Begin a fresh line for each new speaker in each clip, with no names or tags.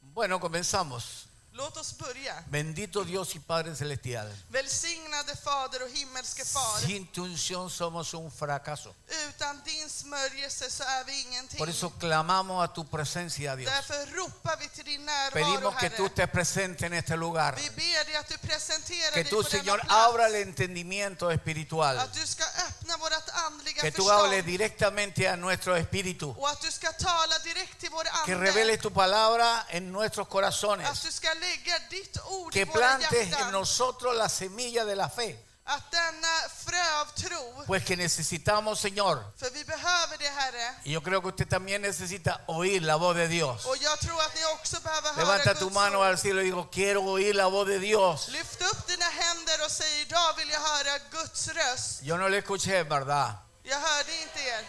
Bueno, comenzamos.
Låt oss börja.
Bendito Dios y Padre Celestial.
Välsignade Fader och himmelske Far,
Sin tu unción somos un fracaso.
utan din smörjelse så är vi ingenting.
Por eso clamamos a tu presencia, Dios.
Därför ropar vi till din närvaro,
Pedimos que
Herre.
tú te presente en este lugar.
Vi ber dig att du presenterar
Que
dig
tú,
på denna
Señor,
plats.
abra el entendimiento espiritual.
Att du ska öppna vårt andliga
Que tú
förstånd
hables directamente a nuestro espíritu.
och att du ska tala direkt till vår ande.
Que reveles tu palabra en nuestros
Att
corazones.
du ska lägga ditt ord i
Que
våra
plantes en
hjärtan.
nosotros la semilla de la fe.
Att denna frö av tro,
Pues que necesitamos, Señor.
för vi behöver det Herre.
Y yo creo que usted también necesita oír la voz de Dios.
Och jag tror att ni också behöver höra
Levanta tu
Guds
mano
ord.
al cielo y digo, quiero oír la voz de Dios.
Lyft upp dina händer och säg idag vill jag höra Guds röst.
Yo no le escuché, ¿verdad?
Jag hörde inte er.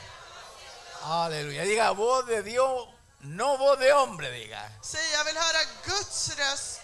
Aleluya. Diga, voz de Dios, no voz de hombre, diga.
Säg jag vill höra Guds röst.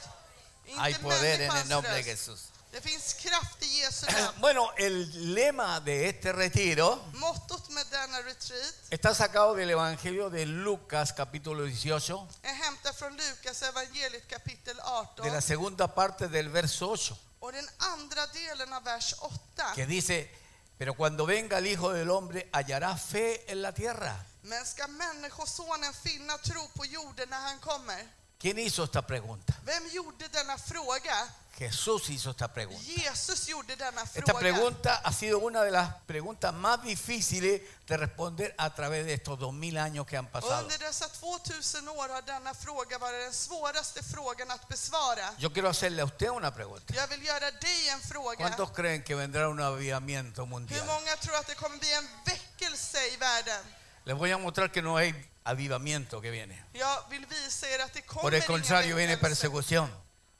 Inte
Hay poder en el
människans
nombre de
röst.
Jesús.
Det finns kraft i Jesu namn.
Bueno, el lema de este retiro
Mottot med denna retreat
está sacado del Evangelio de Lucas capítulo 18,
är hämtat från Lukas evangeliet kapitel 18
de la segunda parte del verso 8,
och den andra delen av vers 8.
que dice, pero cuando venga el Hijo del Hombre hallará fe en la tierra.
Men ska människosonen finna tro på jorden när han kommer?
¿Quién hizo esta pregunta?
Vem gjorde denna fråga?
Jesús hizo esta pregunta.
Jesus gjorde denna
Esta
fråga.
pregunta ha sido una de las preguntas más difíciles de responder a través de estos dos mil años que han
Och
pasado.
under dessa 2000 år har denna fråga varit den svåraste frågan att besvara.
Yo quiero hacerle a usted una pregunta.
Jag vill göra dig en fråga.
¿Cuántos creen que vendrá un avivamiento
Hur
mundial?
många tror att det kommer bli en väckelse i världen?
Les voy a mostrar que no hay avivamiento que viene.
Jag vill visa er att det
Por
kommer
el contrario, viene
väckelse.
persecución,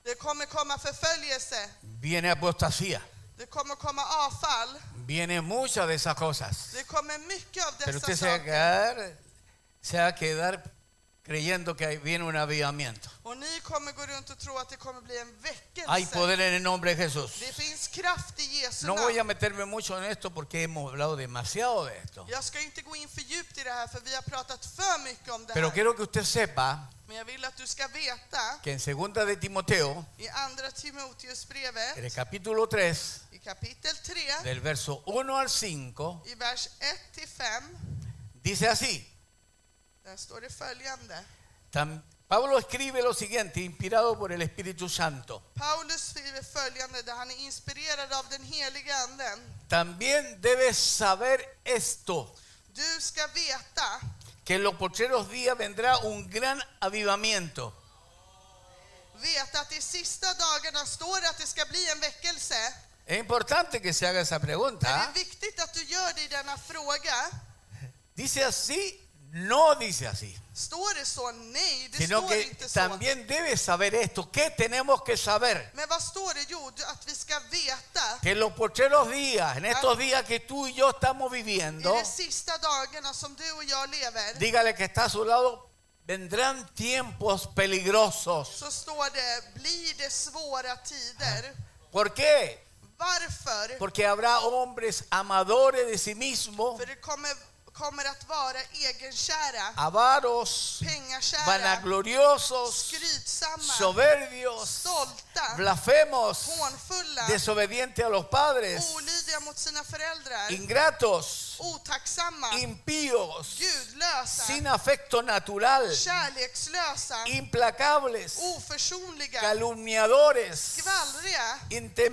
Det kommer komma förföljelse.
viene apostasía,
Det kommer komma avfall.
viene muchas de esas cosas.
Det kommer mycket av
Pero usted se
dessa
va a
saker.
quedar, se va a quedar creyendo que viene un avivamiento.
Och ni kommer gå runt och tro att det kommer bli en
Hay
väckelse.
poder en el nombre de Jesús.
Det finns kraft i Jesu
No voy
namn.
a meterme mucho en esto porque hemos hablado demasiado de esto.
Jag ska inte gå in för djupt i det här för vi har pratat för mycket om det
Pero
här.
quiero que usted sepa
Men jag vill att du ska veta
que en segunda de Timoteo,
i andra Timoteusbrevet
en el capítulo 3,
i kapitel 3
del verso 1 al 5,
i vers 1 till 5
dice así.
där står det följande.
Tam- Pablo escribe lo siguiente, inspirado por el Espíritu Santo.
Paulus skriver följande där han är inspirerad av den heliga anden.
También debes saber esto,
Du ska veta
que en los postreros días vendrá un gran avivamiento.
Veta att i sista dagarna står det att det ska bli en väckelse.
Es importante que se haga esa
Men
pregunta. ¿ah?
det är viktigt att du gör det i denna fråga.
Dice así, no dice así.
Står det så? Nej, det
sino
står
que
inte så.
también debes saber esto. ¿Qué tenemos que saber?
Men vad står det? Jo, du- att vi ska veta.
Que en los postreros días, en estos días que tú y yo estamos
I
viviendo,
de sista dagarna som du och jag lever
dígale que está a su lado, vendrán tiempos peligrosos.
så står det blir det svåra tider.
¿Por qué?
Varför?
Porque habrá hombres amadores de sí mismos,
För det kommer, kommer att vara egenkära,
avaros,
pengakära,
vanagloriosos,
skrytsamma,
soberbios,
stolta,
blasfemos,
hånfulla,
desobedientes a los padres,
olydiga mot sina föräldrar,
ingratos,
otacksamma,
impíos, sin
gudlösa,
afecto natural,
kärlekslösa,
implacables,
oförsonliga,
calumniadores,
skvallriga,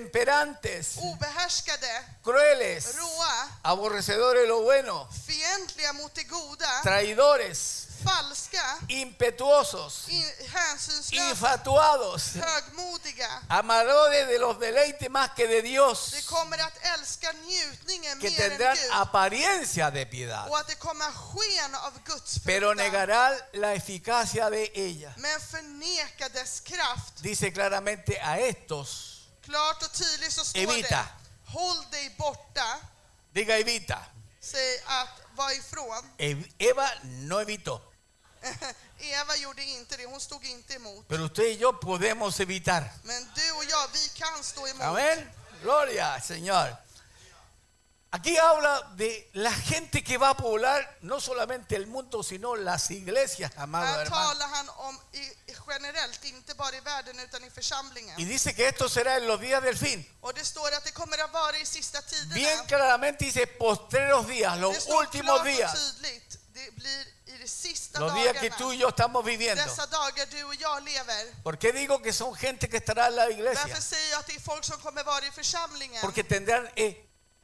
intemperantes,
obehärskade,
crueles,
råa,
aborrecedores de lo bueno,
fientliga mot det goda,
traidores,
falska,
impetuosos,
in- hänsynslösa,
infatuados,
högmodiga.
amadores de los deleites más que de
Det
Dios,
kommer att älska njutningen
que
mer än
tendrán
Gud
apariencia de piedad,
och att det kommer sken av Guds
pero
fruktan,
negarán la eficacia de ella.
men förneka dess kraft.
Dice claramente a estos,
Klart och tydligt så står
Evita.
det, håll dig borta,
diga evita,
säg att vara ifrån.
Ev- Eva no evitó.
Eva gjorde inte det, hon stod inte emot.
Pero usted y yo podemos evitar.
Men du och jag, vi kan stå emot.
Amén. Gloria, al Señor. Aquí habla de la gente que va a poblar no solamente el mundo, sino las iglesias, amado
Här
hermano.
talar han om i, generellt, inte bara i världen utan i
Y
församlingen.
dice que esto será en los días del fin.
Och det står att det kommer att vara i sista
Bien
tiderna.
claramente dice postreros días,
Det
los
står klart
últimos
och
días,
tydligt. Det blir i de sista
los días que tú
dagarna.
y yo estamos viviendo.
Dessa dagar du och jag lever.
¿Por qué digo que son gente que estará en la iglesia?
Därför säger jag att det är folk som kommer vara i församlingen.
Porque tendrán eh,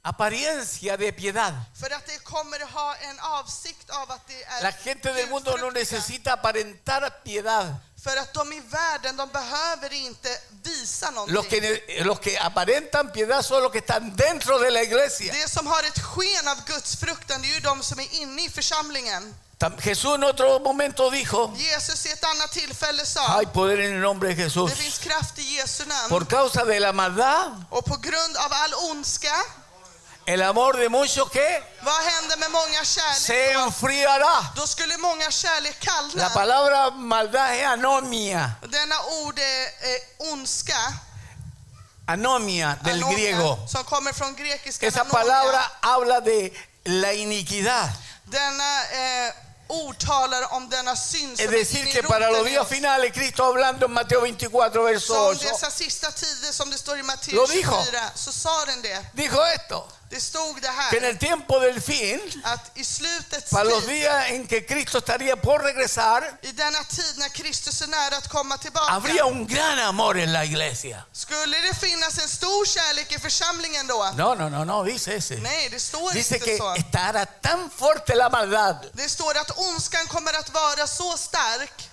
apariencia de piedad.
För att det kommer att ha en avsikt av att det är
La gente del mundo no
gudfruktan.
necesita aparentar piedad.
För att de i världen, de behöver inte visa
Los que,
någonting.
eh, los que aparentan piedad son los que están dentro de la iglesia.
Det som har ett sken av gudsfruktan, det är ju de som är inne i församlingen.
Tam- Jesús en otro momento dijo,
Jesus i ett annat tillfälle sa,
hay poder en el nombre de Jesús.
det finns kraft i Jesu namn.
Por causa de la maldad,
Och på grund av all ondska,
el amor de muchos que
vad händer med många kärlek?
se enfriará.
Då skulle många kärlek
La
kallna.
palabra maldad es anomia,
Denna ord är eh, ondska,
anomia del
anonia,
griego.
som kommer från grekiska
Esa
anonia.
palabra habla de la iniquidad.
Denna eh, ord talar om denna synd
Es
som är
decir,
inne i
que para
roten
los
i
días
oss.
finales, Cristo hablando en Mateo 24, verso
Som
8,
dessa sista tider som det står i
Lo
Matteus
dijo.
24 så sa den det.
dijo esto,
Det stod det
que en
här
el tiempo del fin,
att i slutets
para los
tid,
días en que Cristo estaría por regresar,
i denna tid när Kristus är nära att komma
habría
tillbaka,
un gran amor en la iglesia.
skulle det finnas en stor kärlek i församlingen då?
No, no, no, no, dice ese.
Nej, det står
Dice
inte
que
så.
estará tan fuerte la maldad,
Det står att ondskan kommer att vara så stark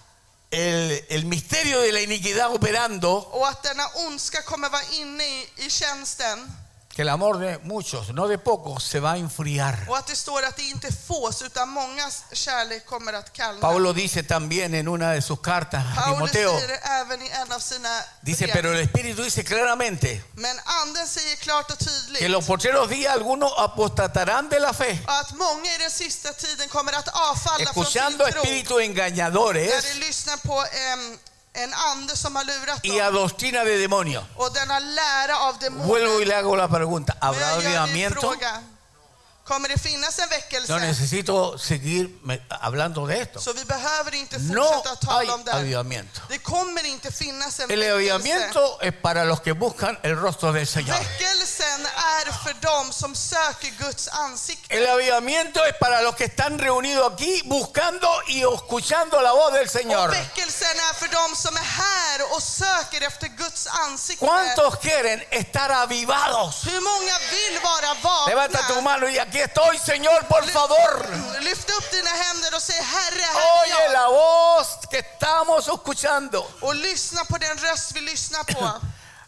el, el misterio de la iniquidad operando,
och att denna ondska kommer vara inne i, i tjänsten
que el amor de muchos, no de pocos, se va a enfriar.
och att det står att det inte är fås utan mångas kärlek kommer att kallna.
Pablo dice también en una de sus cartas a
Paulus
Timoteo,
säger även i en av sina
dice,
brev.
pero el Espíritu dice claramente
Men anden säger klart och
que
tydligt
en los postreros días algunos apostatarán de la fe,
att många i den sista tiden kommer att avfalla från sin
escuchando a
tro
espíritus
när de
engañadores
lyssnar på em, en ande som har lurat
y a
dem
doctrina de demonios.
och denna lära av
Vuelvo
demoner.
y le hago la pregunta,
Men
¿habrá
jag gör dig en
avivamiento?
fråga. Kommer det finnas en
No
väckelse?
necesito seguir me- hablando de esto.
Så vi behöver inte
No
fortsätta att
hay
tala om det. här.
avivamiento.
Det kommer inte finnas en
El
väckelse.
avivamiento es para los que buscan el rostro del Señor.
Väckelsen är för dem som söker Guds ansikte.
El avivamiento es para los que están reunidos aquí buscando y escuchando la voz del
Och
Señor.
väckelsen är för dem som är här och söker efter Guds ansikte.
¿Cuántos quieren estar avivados?
Hur många vill vara vakna?
Levanta tu mano y aquí estoy, Señor, por favor.
Lyft upp dina händer och säg Herre, här är
Oye
jag.
la voz que estamos escuchando.
Och lyssna på den röst vi lyssnar på.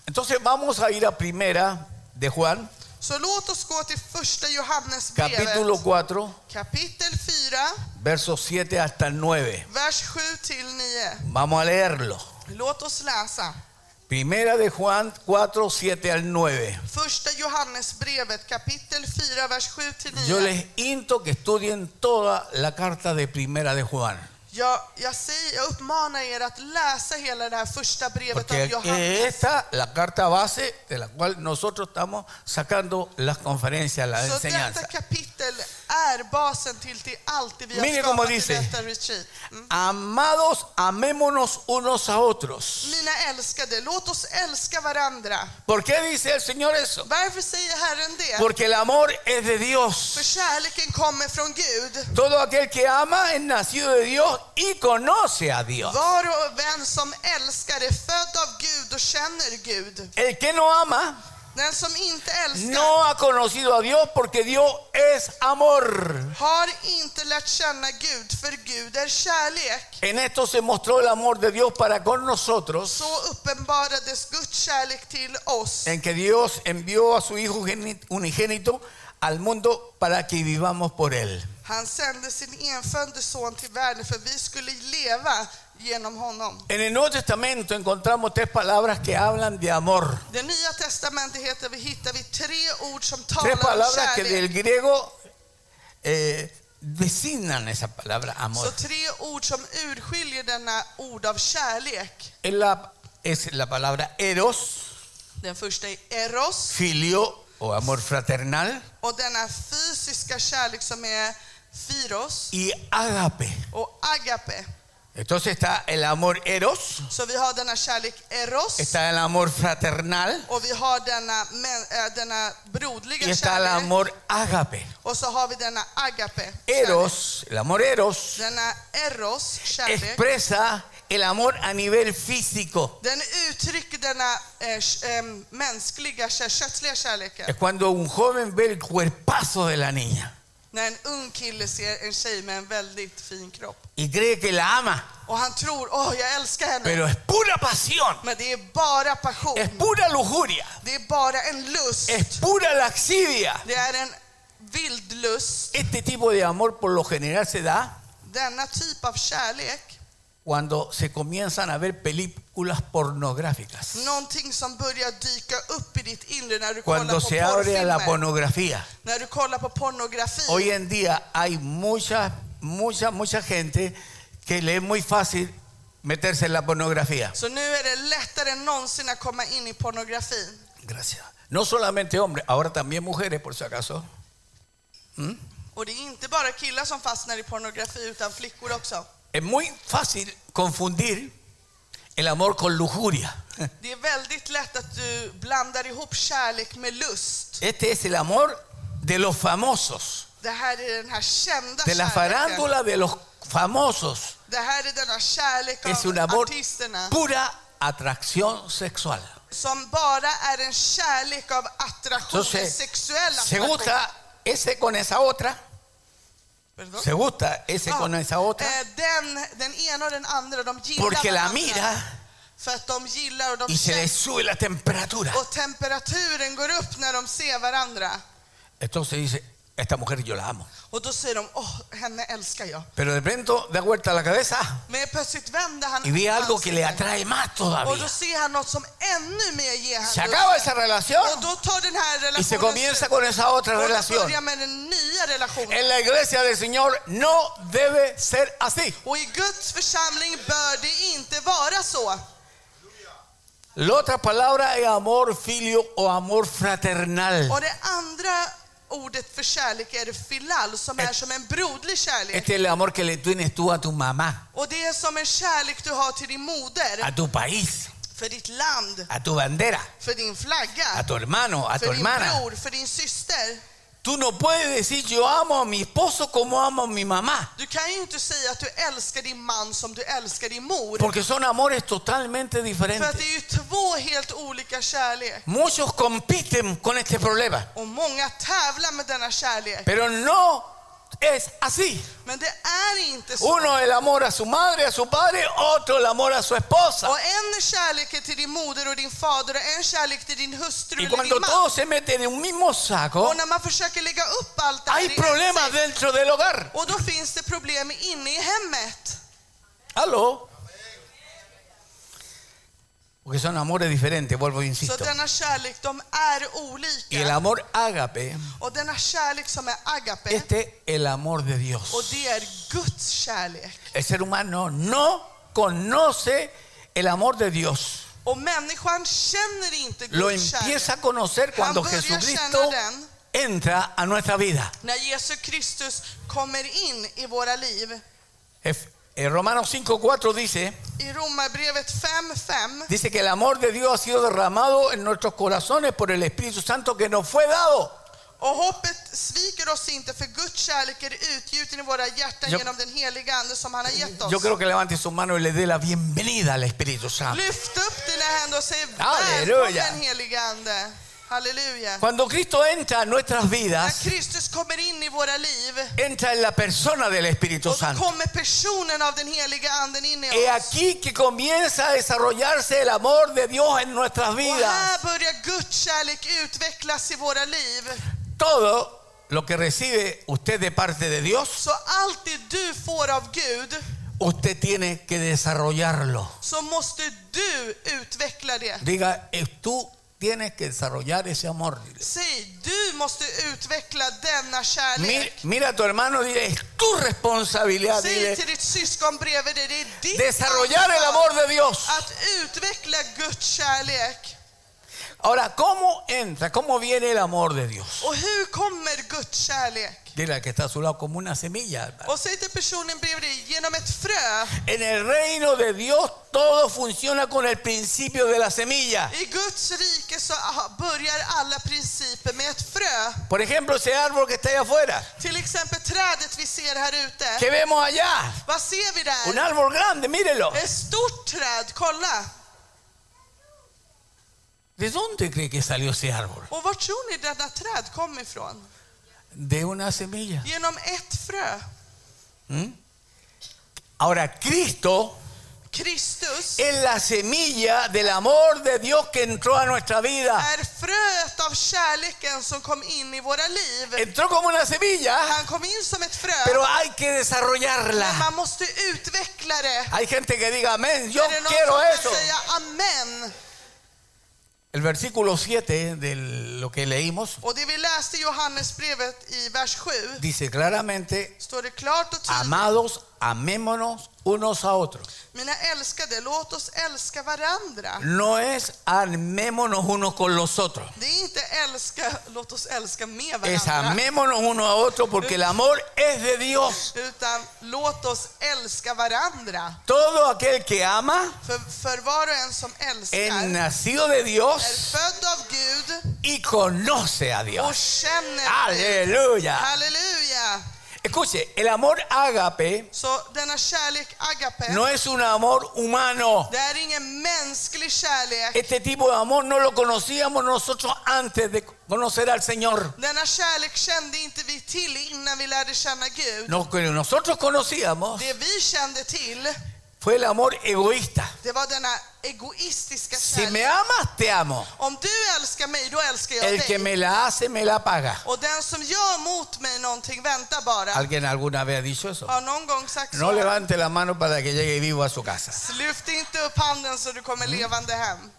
Entonces vamos a ir a primera de Juan,
Så låt oss gå till första Johannesbrevet.
capítulo 4,
Kapitel 4,
versos 7 hasta el 9.
vers 7 till 9.
Vamos a leerlo.
Låt oss läsa.
Primera de Juan 4, 7 al 9.
Första Johannesbrevet kapitel 4, vers 7 till 9.
Yo les into que estudien toda la carta de primera de Juan.
Jag, jag, säger, jag uppmanar er att läsa hela det här första brevet av
Porque
Johannes.
esta la carta base de la cual nosotros estamos sacando las conferencias, las
Så detta
enseñanzas.
kapitel är basen till, till allt det vi
Mire
har
como
skapat i
dice.
detta retreat. Mm.
Amados, amémonos unos a otros.
Mina älskade, låt oss älska varandra.
¿Por qué dice el Señor eso?
Varför säger Herren det?
Porque el amor es de
För
Dios.
kärleken kommer från Gud.
Todo aquel que ama es nacido de Dios y conoce a Dios.
Var och vem som älskar är född av Gud och känner Gud.
El que no ama
Den som inte älskar
no ha conocido a Dios porque Dios es amor.
har inte lärt känna Gud, för Gud är kärlek.
En esto se mostró el amor de Dios para con nosotros.
Så uppenbarades Guds kärlek till oss.
en que Dios envió a su Hijo geni- unigénito al mundo para que vivamos por Él.
Han sände sin enfödde son till världen för vi skulle leva genom honom.
En el Nuevo Testamento encontramos tres palabras que hablan de amor.
Det nya testamentet heter vi hittar vi tre ord som
Tres
talar om
palabras que
kärlek.
del griego eh, designan esa palabra
Så
amor.
tre ord som urskiljer denna ord av kärlek.
Es la, es la palabra eros,
Den första är eros,
filio o amor fraternal
och denna fysiska kärlek som är Firos
y ágape.
och Agape.
Entonces está el amor eros,
Så vi har denna kärlek Eros
está el amor fraternal
och vi har denna, men- äh, denna brodliga
y está el
kärlek
amor ágape.
och så har vi denna Agape. kärlek.
Eros, el amor eros,
Denna Eros kärlek,
expresa el amor a nivel físico.
den uttrycker denna eh, sh- ehm, mänskliga, kär- kötsliga kärleken.
Es cuando un joven ve el cuerpazo de la niña
När en ung kille ser en tjej med en väldigt fin kropp
y cree que la ama,
och han tror, åh jag älskar henne.
pero es pura pasión,
Men det är bara
es
passion.
pura lujuria,
Det är bara en lust.
es pura laxidia.
Det är en vild lust.
Este tipo de amor por lo general se da
Denna typ av kärlek,
cuando se comienzan a ver películas pornográficas.
någonting som börjar dyka upp i ditt inre när du kollar
Cuando
på
se abre a la
porrfilmer.
pornografía.
När du kollar på pornografi.
Hoy en día hay mucha, mucha, mucha gente que le es muy fácil meterse en la pornografía.
Så nu är det lättare än någonsin att komma in i pornografin.
Gracias. No solamente hombres, ahora también mujeres, por si acaso.
Och det är inte bara killar som fastnar i pornografi utan flickor också.
Es muy fácil confundir el amor con lujuria.
Det är väldigt lätt att du blandar ihop kärlek med lust.
Este es el amor de los famosos,
Det här är den här kända
de la
kärleken.
farándula de los famosos.
Det här är denna kärlek
Es un
av
amor
artisterna
pura atracción sexual.
som bara är en kärlek av attraktion, en
Entonces,
sexuell
se
attraktion.
gusta ese con esa otra,
Perdón.
se gusta ese
Ja.
con esa otra.
Eh, Den, den ena och den andra, de gillar
Porque la
varandra.
mira
För att de gillar och de
y se le
känner.
sube la temperatura.
Och temperaturen går upp när de ser varandra.
Entonces dice, esta mujer yo la amo.
Och då säger de, åh, henne älskar jag.
Pero de pronto da vuelta la cabeza
Men plötsligt vänder han
y ve algo que le
ansiktet.
atrae más
Och då
todavía.
ser han något som ännu mer ger han
Se
lust.
acaba esa relación
Och då tar den här
y se
relationen
comienza
slut.
con esa otra
Och då
relación. Eh.
börjar med den nya relationen.
En la iglesia del Señor no debe ser así.
Och i Guds församling bör det inte vara så.
La otra palabra es amor filio o amor fraternal.
Och det andra ordet för kärlek är det filal som är som en broderlig kärlek.
Este es el amor que le tienes tú a tu mamá,
Och det är som en kärlek du har till din moder,
a tu país,
för ditt land,
a tu bandera,
för din
a
flagga,
tu hermano, a tu
för din
hermana.
bror, för din syster.
Tú no puedes decir yo amo a mi esposo como amo a mi mamá,
Du kan ju inte säga att du älskar din man som du älskar din mor.
porque son amores totalmente
För att
diferentes.
det är ju två helt olika kärlek.
Muchos compiten con este problema,
Och många tävlar med denna kärlek.
pero no es así.
Men det är inte så.
Uno el amor a su madre, a su padre, otro el amor a su esposa.
Och en kärlek är till din moder och din fader och en kärlek till din hustru
Y
eller
cuando
din man.
todos se meten en un mismo saco,
Och när man försöker lägga upp allt det här
hay
i
problemas
en säck,
dentro del hogar.
Och då finns det problem inne i hemmet.
¿Aló? Porque son amores diferentes, vuelvo e
Så
insisto.
denna kärlek, de är
Y el
olika.
amor ágape,
Och denna kärlek som är agape,
este el amor de
och
Dios.
det är Guds kärlek.
El ser humano no conoce el amor de Dios.
Och människan känner inte
Lo
Guds kärlek.
empieza a conocer cuando
Hamburger
Jesucristo
Shannon.
entra a nuestra vida.
När Jesus Kristus kommer in i våra liv.
Ef- eh, Romanos 5:4 dice,
I Romarbrevet 5.5
dice que el amor de Dios ha sido derramado en nuestros corazones por el Espíritu Santo que nos fue dado.
Och hoppet sviker oss inte för Guds kärlek är utgjuten i våra hjärtan
Jag-
genom den heliga Ande som han har gett oss.
Yo creo que levante su mano y le dé la bienvenida al Espíritu Santo.
Lyft upp dina händer och säg
Halleluja.
välkommen helige Ande. Halleluja.
Cuando Cristo entra a nuestras
När
vidas,
Kristus kommer in i våra liv
entra en la persona del Espíritu
och då
Santo.
kommer personen av den heliga Anden in i
He
oss.
aquí que comienza a desarrollarse el amor de Dios en nuestras
Och
vidas.
här börjar Guds kärlek utvecklas i våra liv.
Todo lo que recibe usted de parte de Dios,
Så allt det du får av Gud
usted tiene que desarrollarlo.
så måste du utveckla det.
Diga, eh, tú tienes que desarrollar ese amor.
Säg, du måste utveckla denna
Mi-
kärlek.
Mira a tu hermano, dile, es tu responsabilidad.
Säg
Dile,
till ditt syskon bredvid dig, det är ditt
desarrollar el amor de Dios.
att utveckla Guds kärlek.
Ahora, ¿cómo entra? ¿Cómo viene el amor de Dios?
Och hur kommer Guds kärlek?
Dile al que está a su lado como una semilla. hermano.
Och säg till personen bredvid dig, genom ett frö.
En el reino de Dios todo funciona con el principio de la semilla.
I Guds rike så börjar alla principer med ett frö.
Por ejemplo, ese árbol que está ahí afuera,
Till exempel trädet vi ser här ute.
que vemos allá,
Vad ser vi
un
där?
árbol grande, mírelo.
Ett stort träd, kolla.
¿De dónde cree que salió ese árbol?
Och var tror ni detta träd kom ifrån?
De una semilla.
Genom ett frö.
Ahora, Cristo
Kristus
es la semilla del amor de Dios que entró a nuestra vida.
är fröet av kärleken som kom in i våra liv.
Entró como una semilla,
Han kom in som ett frö,
pero hay que
men
desarrollarla.
man måste utveckla det.
Hay gente que diga, amén, yo
är det någon
quiero
som
eso.
kan säga amen?
El versículo 7 de lo que leímos
Och det vi läste i Johannesbrevet i vers 7
dice claramente,
står det klart och tydligt.
amados, amémonos unos a otros.
Mina älskade, låt oss älska varandra.
No es amémonos unos con los otros.
Det är inte älska, låt oss älska med
Es
varandra.
amémonos uno a otro porque el amor es de Dios.
Utan låt oss älska varandra.
Todo aquel que ama
För, för var och en som
es
älskar
nacido de
är
Dios
född av Gud
y conoce a
och
Dios.
känner Gud.
Aleluya.
Halleluja!
Escuche, el amor ágape
Så denna kärlek, agape,
no es un amor humano.
det är ingen mänsklig kärlek.
Este tipo de amor no lo conocíamos nosotros antes de conocer al Señor.
Denna kärlek kände inte vi till innan vi lärde känna Gud.
Lo que nosotros conocíamos
Det vi kände till,
fue el amor egoísta.
det var denna egoistiska
Si
kärlek.
me amas, te amo.
Om du älskar mig, då älskar jag
El que
dig.
me la hace, me la paga.
Och den som gör mot mig någonting, vänta bara.
¿Alguien alguna vez ha dicho eso?
Har någon gång sagt
No
så?
levante la mano para que llegue vivo a su casa.
Lyft inte upp handen så du kommer levande hem.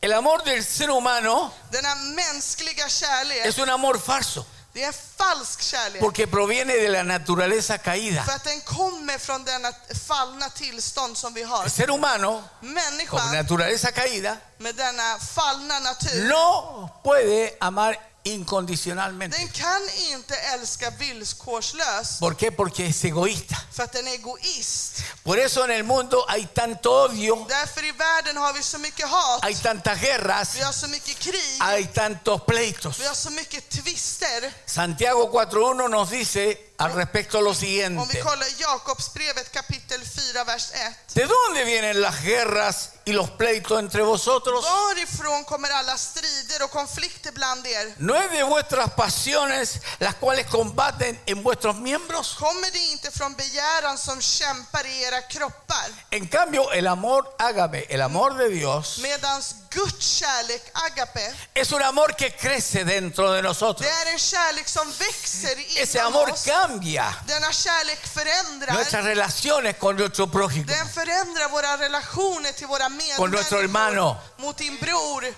El amor del ser humano
Denna mänskliga kärlek,
es un amor falso
det är en falsk kärlek.
porque proviene de la naturaleza caída.
För att den kommer från denna fallna tillstånd som vi
El
har.
ser humano con
Människan
naturaleza caída
med denna fallna natur,
no puede amar incondicionalmente.
den kan inte älska villkorslöst.
¿Por qué? Porque es egoísta.
För att den är egoist.
Por eso en el mundo hay tanto odio,
Därför i världen har vi så mycket hat.
hay tantas guerras,
Vi har så mycket krig.
hay tantos pleitos.
Vi har så mycket tvister.
Santiago 4.1 nos dice al respecto lo
Om vi
siguiente.
kollar Jakobsbrevet kapitel 4, vers 1.
¿De dónde vienen las guerras y los pleitos entre vosotros?
Varifrån kommer alla strider och konflikter bland er?
¿No es de vuestras pasiones las cuales combaten en vuestros miembros?
Kommer det inte från begäran som kämpar i era kroppar?
En cambio, el amor, hágame, el amor de Dios
Medans Guds kärlek, agape,
es un amor que crece dentro de
det
nosotros.
är en kärlek som växer
Ese
inom
amor
oss.
cambia
Denna kärlek förändrar.
nuestras relaciones con nuestro prójimo.
Den förändrar våra relationer till våra
Con nuestro hermano.
medmänniskor. Mot din bror.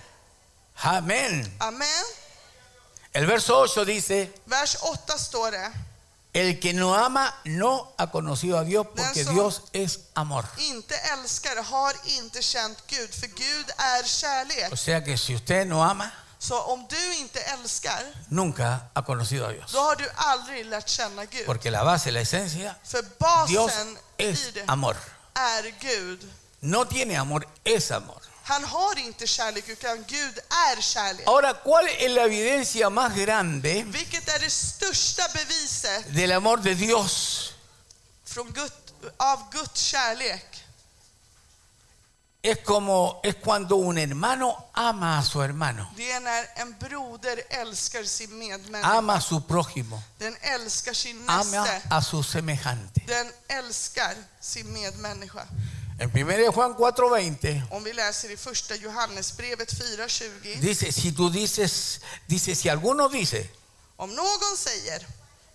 Amén.
Amen.
El verso 8 dice,
Vers 8 står det.
el que no ama no ha conocido a Dios porque
Nelson.
Dios es amor.
Inte älskar har inte känt Gud, för Gud är kärlek.
O sea que si usted no ama,
Så om du inte älskar,
nunca ha conocido a Dios.
då har du aldrig lärt känna Gud.
Porque la base, la esencia,
För
Dios
basen i
es
det
amor.
är Gud.
No tiene amor, es amor.
Han har inte kärlek, utan Gud är kärlek.
Ahora, ¿cuál es la evidencia más grande
Vilket är det största beviset
del amor de Dios?
från Gud, av Guds kärlek?
Es como es cuando un hermano ama a su hermano,
Det är när en broder älskar sin medmänniska.
ama a su prójimo,
Den älskar sin
ama
näste.
a su semejante.
Den älskar sin medmänniska.
En 1 Juan 4:20
Om vi läser i första Johannesbrevet 4.20.
dice, si tú dices, dice si alguno dice,
Om någon säger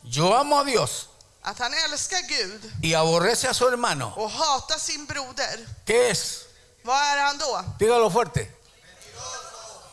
yo amo a Dios
att han älskar Gud
y aborrece a su hermano,
och hatar sin broder,
¿qué es?
vad är han då?
Dígalo fuerte.
Så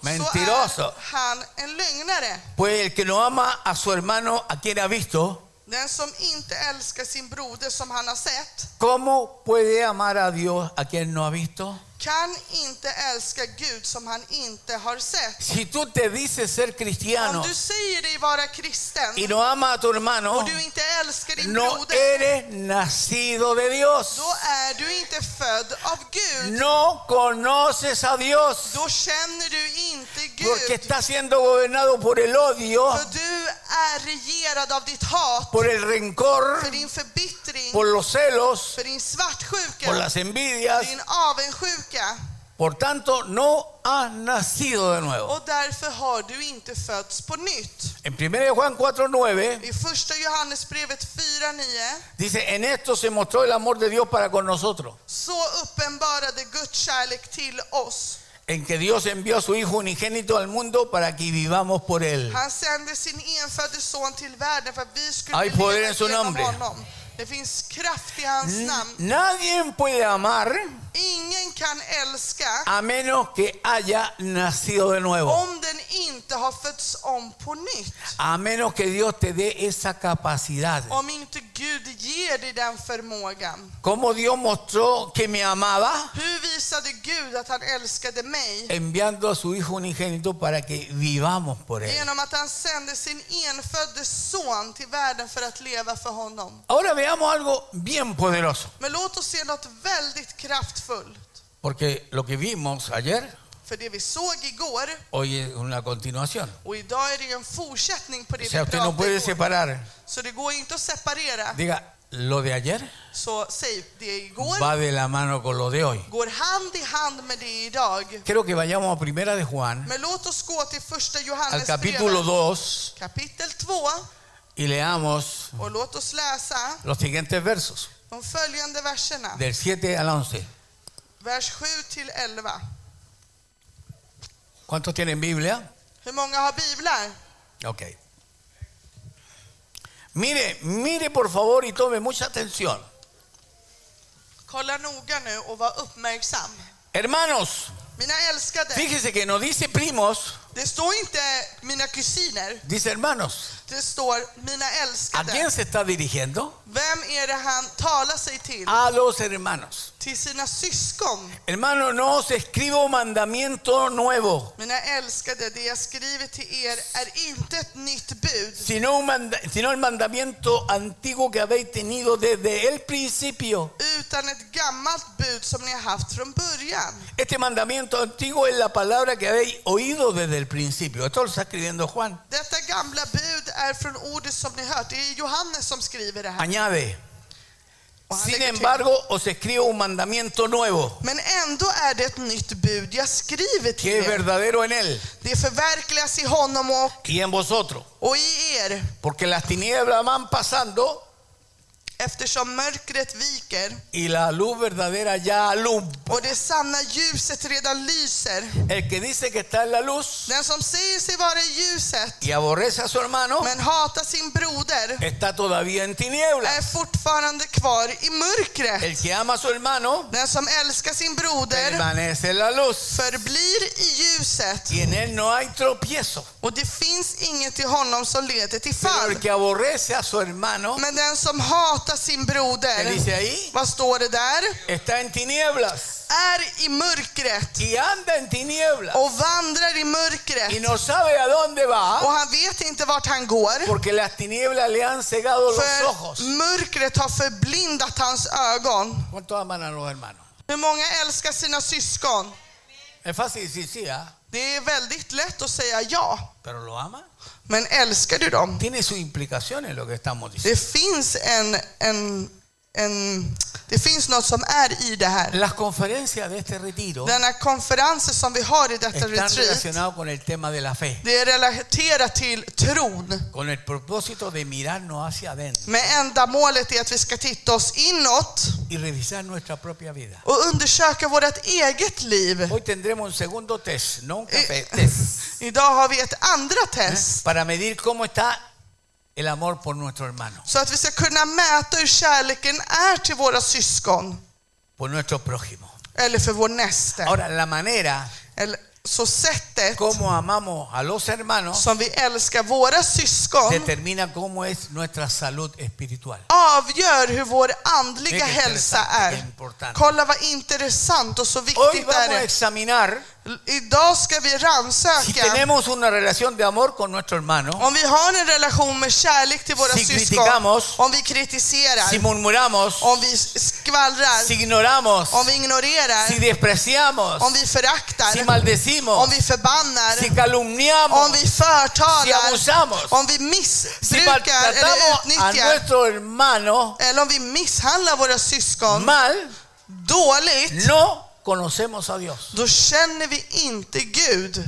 Mentiroso.
är han en lögnare.
Pues el que no ama a su hermano a quien ha visto,
Den som inte älskar sin broder som han har sett,
¿Cómo puede amar a Dios a quien no ha visto?
kan inte älska Gud som han inte har sett.
Si tú te dices ser
Om
cristiano
du säger dig vara kristen
y no amas a tu hermano,
och du inte älskar din
no
broder,
eres nacido de Dios.
då är du inte född av Gud.
No conoces a Dios
Då känner du inte
porque
Gud.
estás siendo gobernado por el odio,
För du är regerad av ditt hat,
por el rencor,
för din förbittring,
por los celos,
för
por
din svartsjuka,
las envidias.
din avundsjuka.
Por tanto, no has nacido de nuevo.
Och därför har du inte fötts på nytt.
En 1 Juan 4:9
I första Johannesbrevet 4.9
dice, en esto se mostró el amor de Dios para con nosotros,
så uppenbarade Guds kärlek till oss.
en que Dios envió a su Hijo unigénito al mundo para que vivamos por Él.
Han sände sin enfödde son till världen för att vi skulle
Hay poder en su
genom
nombre.
honom. Det finns kraft i hans namn.
Nadie puede amar
Ingen kan älska
a menos que haya nacido de nuevo,
om den inte har fötts om på nytt.
a menos que Dios te dé esa capacidad.
Om inte Gud ger dig den förmågan.
Como Dios mostró que me amaba
Hur visade Gud att han älskade mig?
enviando a su Hijo unigénito para que vivamos por Él.
Genom att han sände sin enfödde son till världen för att leva för honom.
Ahora veamos algo bien poderoso,
Men låt oss se något väldigt kraftfullt.
porque lo que vimos ayer
För det vi såg igår,
hoy es una continuación.
och idag är det ju en fortsättning på det
O
vi
sea, usted no
pratade
puede
igår.
separar.
Så det går inte att separera.
Diga, lo de ayer
Så säg, det igår
va de la mano con lo de hoy.
går hand i hand med det idag.
Creo que vayamos a Primera de Juan,
Men låt oss gå till första
al capítulo
Johannesbrevet,
2,
kapitel 2,
y leamos
och låt oss läsa
los siguientes versos,
de följande verserna.
del 7 al 11.
Vers 7 till 11.
¿Cuántos tienen Biblia?
Hur många har biblar?
Ok. Mire, mire por favor y tome mucha atención.
Kolla noga nu och var uppmärksam.
Hermanos,
Mina älskade,
fíjese que no dice primos,
det står inte mina kusiner,
dice hermanos.
det står mina
¿A quién
älskade.
se está dirigiendo?
Vem är det han talar sig till?
A los hermanos.
Till sina syskon.
Hermano, no os escribo mandamiento nuevo,
Mina älskade, det jag skriver till er är inte ett nytt bud,
sino, un manda- sino el mandamiento antiguo que habéis tenido desde el principio.
utan ett gammalt bud som ni har haft från början.
Este mandamiento antiguo es la palabra que habéis oído desde el principio. Esto lo está escribiendo Juan.
Detta gamla bud är från ordet som ni hört. Det är Johannes som skriver det här.
Añade,
Och han
sin
lägger till.
embargo, os escribo un mandamiento nuevo,
Men ändå är det ett nytt bud jag skriver till
que es
er.
verdadero en él
Det förverkligas i honom och,
y en vosotros.
och i er,
Porque las tinieblas van pasando
eftersom mörkret viker
y la luz verdadera ya alumbra.
och det sanna ljuset redan lyser.
El que dice que está en la luz
Den som säger sig vara i ljuset
y aborrece a su hermano
men hatar sin broder
está todavía en tinieblas.
är fortfarande kvar i mörkret.
El que ama a su hermano
Den som älskar sin broder
permanece en la luz
förblir i ljuset
y en él no hay tropiezo.
och det finns inget i honom som leder till
Pero el
fall.
que aborrece a su hermano,
Men den som hatar sin
que
broder,
dice ahí,
vad står det där?
está en tinieblas
Är i mörkret
y anda en tinieblas
och vandrar i
y
mörkret
no sabe a dónde
och
va
han vet inte vart han går.
porque las tinieblas le han cegado los
För
ojos.
mörkret har förblindat hans ögon.
¿Cuántos aman a los hermanos?
Hur många älskar sina syskon?
Es fácil decir sí, ¿ah?
Det är väldigt lätt att säga ja,
pero lo ama.
men älskar du dem?
Tiene su implicación en lo que estamos diciendo.
Det finns en, en, en, det finns något som är i det här.
Las conferencias de este retiro
Denna konferensen som vi har i detta
están
retreat,
relacionadas con el tema de la fe,
det är relaterat till tron.
con el propósito de mirarnos hacia adentro
Men ändamålet är att vi ska titta oss inåt
y revisar nuestra propia vida.
och undersöka vårt eget liv.
Hoy tendremos un segundo test, no un café,
Eh.
test,
Idag har vi ett andra test.
para medir cómo está el amor por nuestro hermano,
Så att vi ska kunna mäta hur kärleken är till våra syskon.
por nuestro prójimo.
Eller för vår nästa.
Ahora, la manera
Eller, Så sättet
cómo amamos a los hermanos
som vi älskar våra syskon
determina cómo es nuestra salud espiritual.
avgör hur vår andliga
Vilket
hälsa
intressant, vilket
är.
important.
Kolla vad intressant och så
Hoy
viktigt det
vamos a
är.
examinar
Idag ska vi
si
rannsaka
tenemos una relación de amor con nuestro hermano,
om vi har en relation med kärlek till våra
Si
syskon,
criticamos,
om vi kritiserar,
si murmuramos,
om vi skvallrar,
si ignoramos,
om vi ignorerar,
si despreciamos,
om vi
si
föraktar, om
maldecimos,
vi förbannar,
si calumniamos,
om vi
si
förtalar,
abusamos,
om vi
si
missbrukar eller
maltratamos a
utnyttjar
nuestro hermano
eller om vi misshandlar våra syskon
mal,
dåligt,
no conocemos a Dios.
då känner vi inte Gud.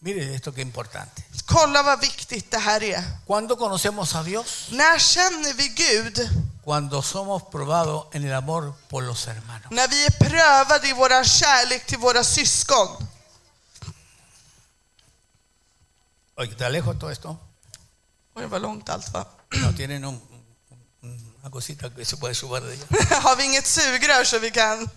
Mire esto que importante.
Kolla vad viktigt det här är.
¿Cuándo conocemos a Dios?
När känner vi Gud?
Cuando somos probados en el amor por los hermanos.
När vi är prövade i vår kärlek till våra syskon.
Oye, te alejo todo esto.
Oj, det var långt allt va?
No tienen un- un- una cosita que se puede subar de ella.
Har vi inget sugrör så vi kan...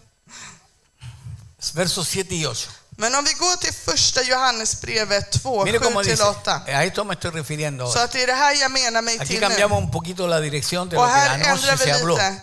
Versos 7 y 8.
Men om vi går till första Johannesbrevet 2,
Mire cómo dice.
7-8.
A esto me estoy refiriendo
Så
ahora.
att det är det här jag menar mig
Aquí
till nu.
cambiamos un poquito la dirección de lo
Och
que
här
anoche
ändrar vi
se habló.
lite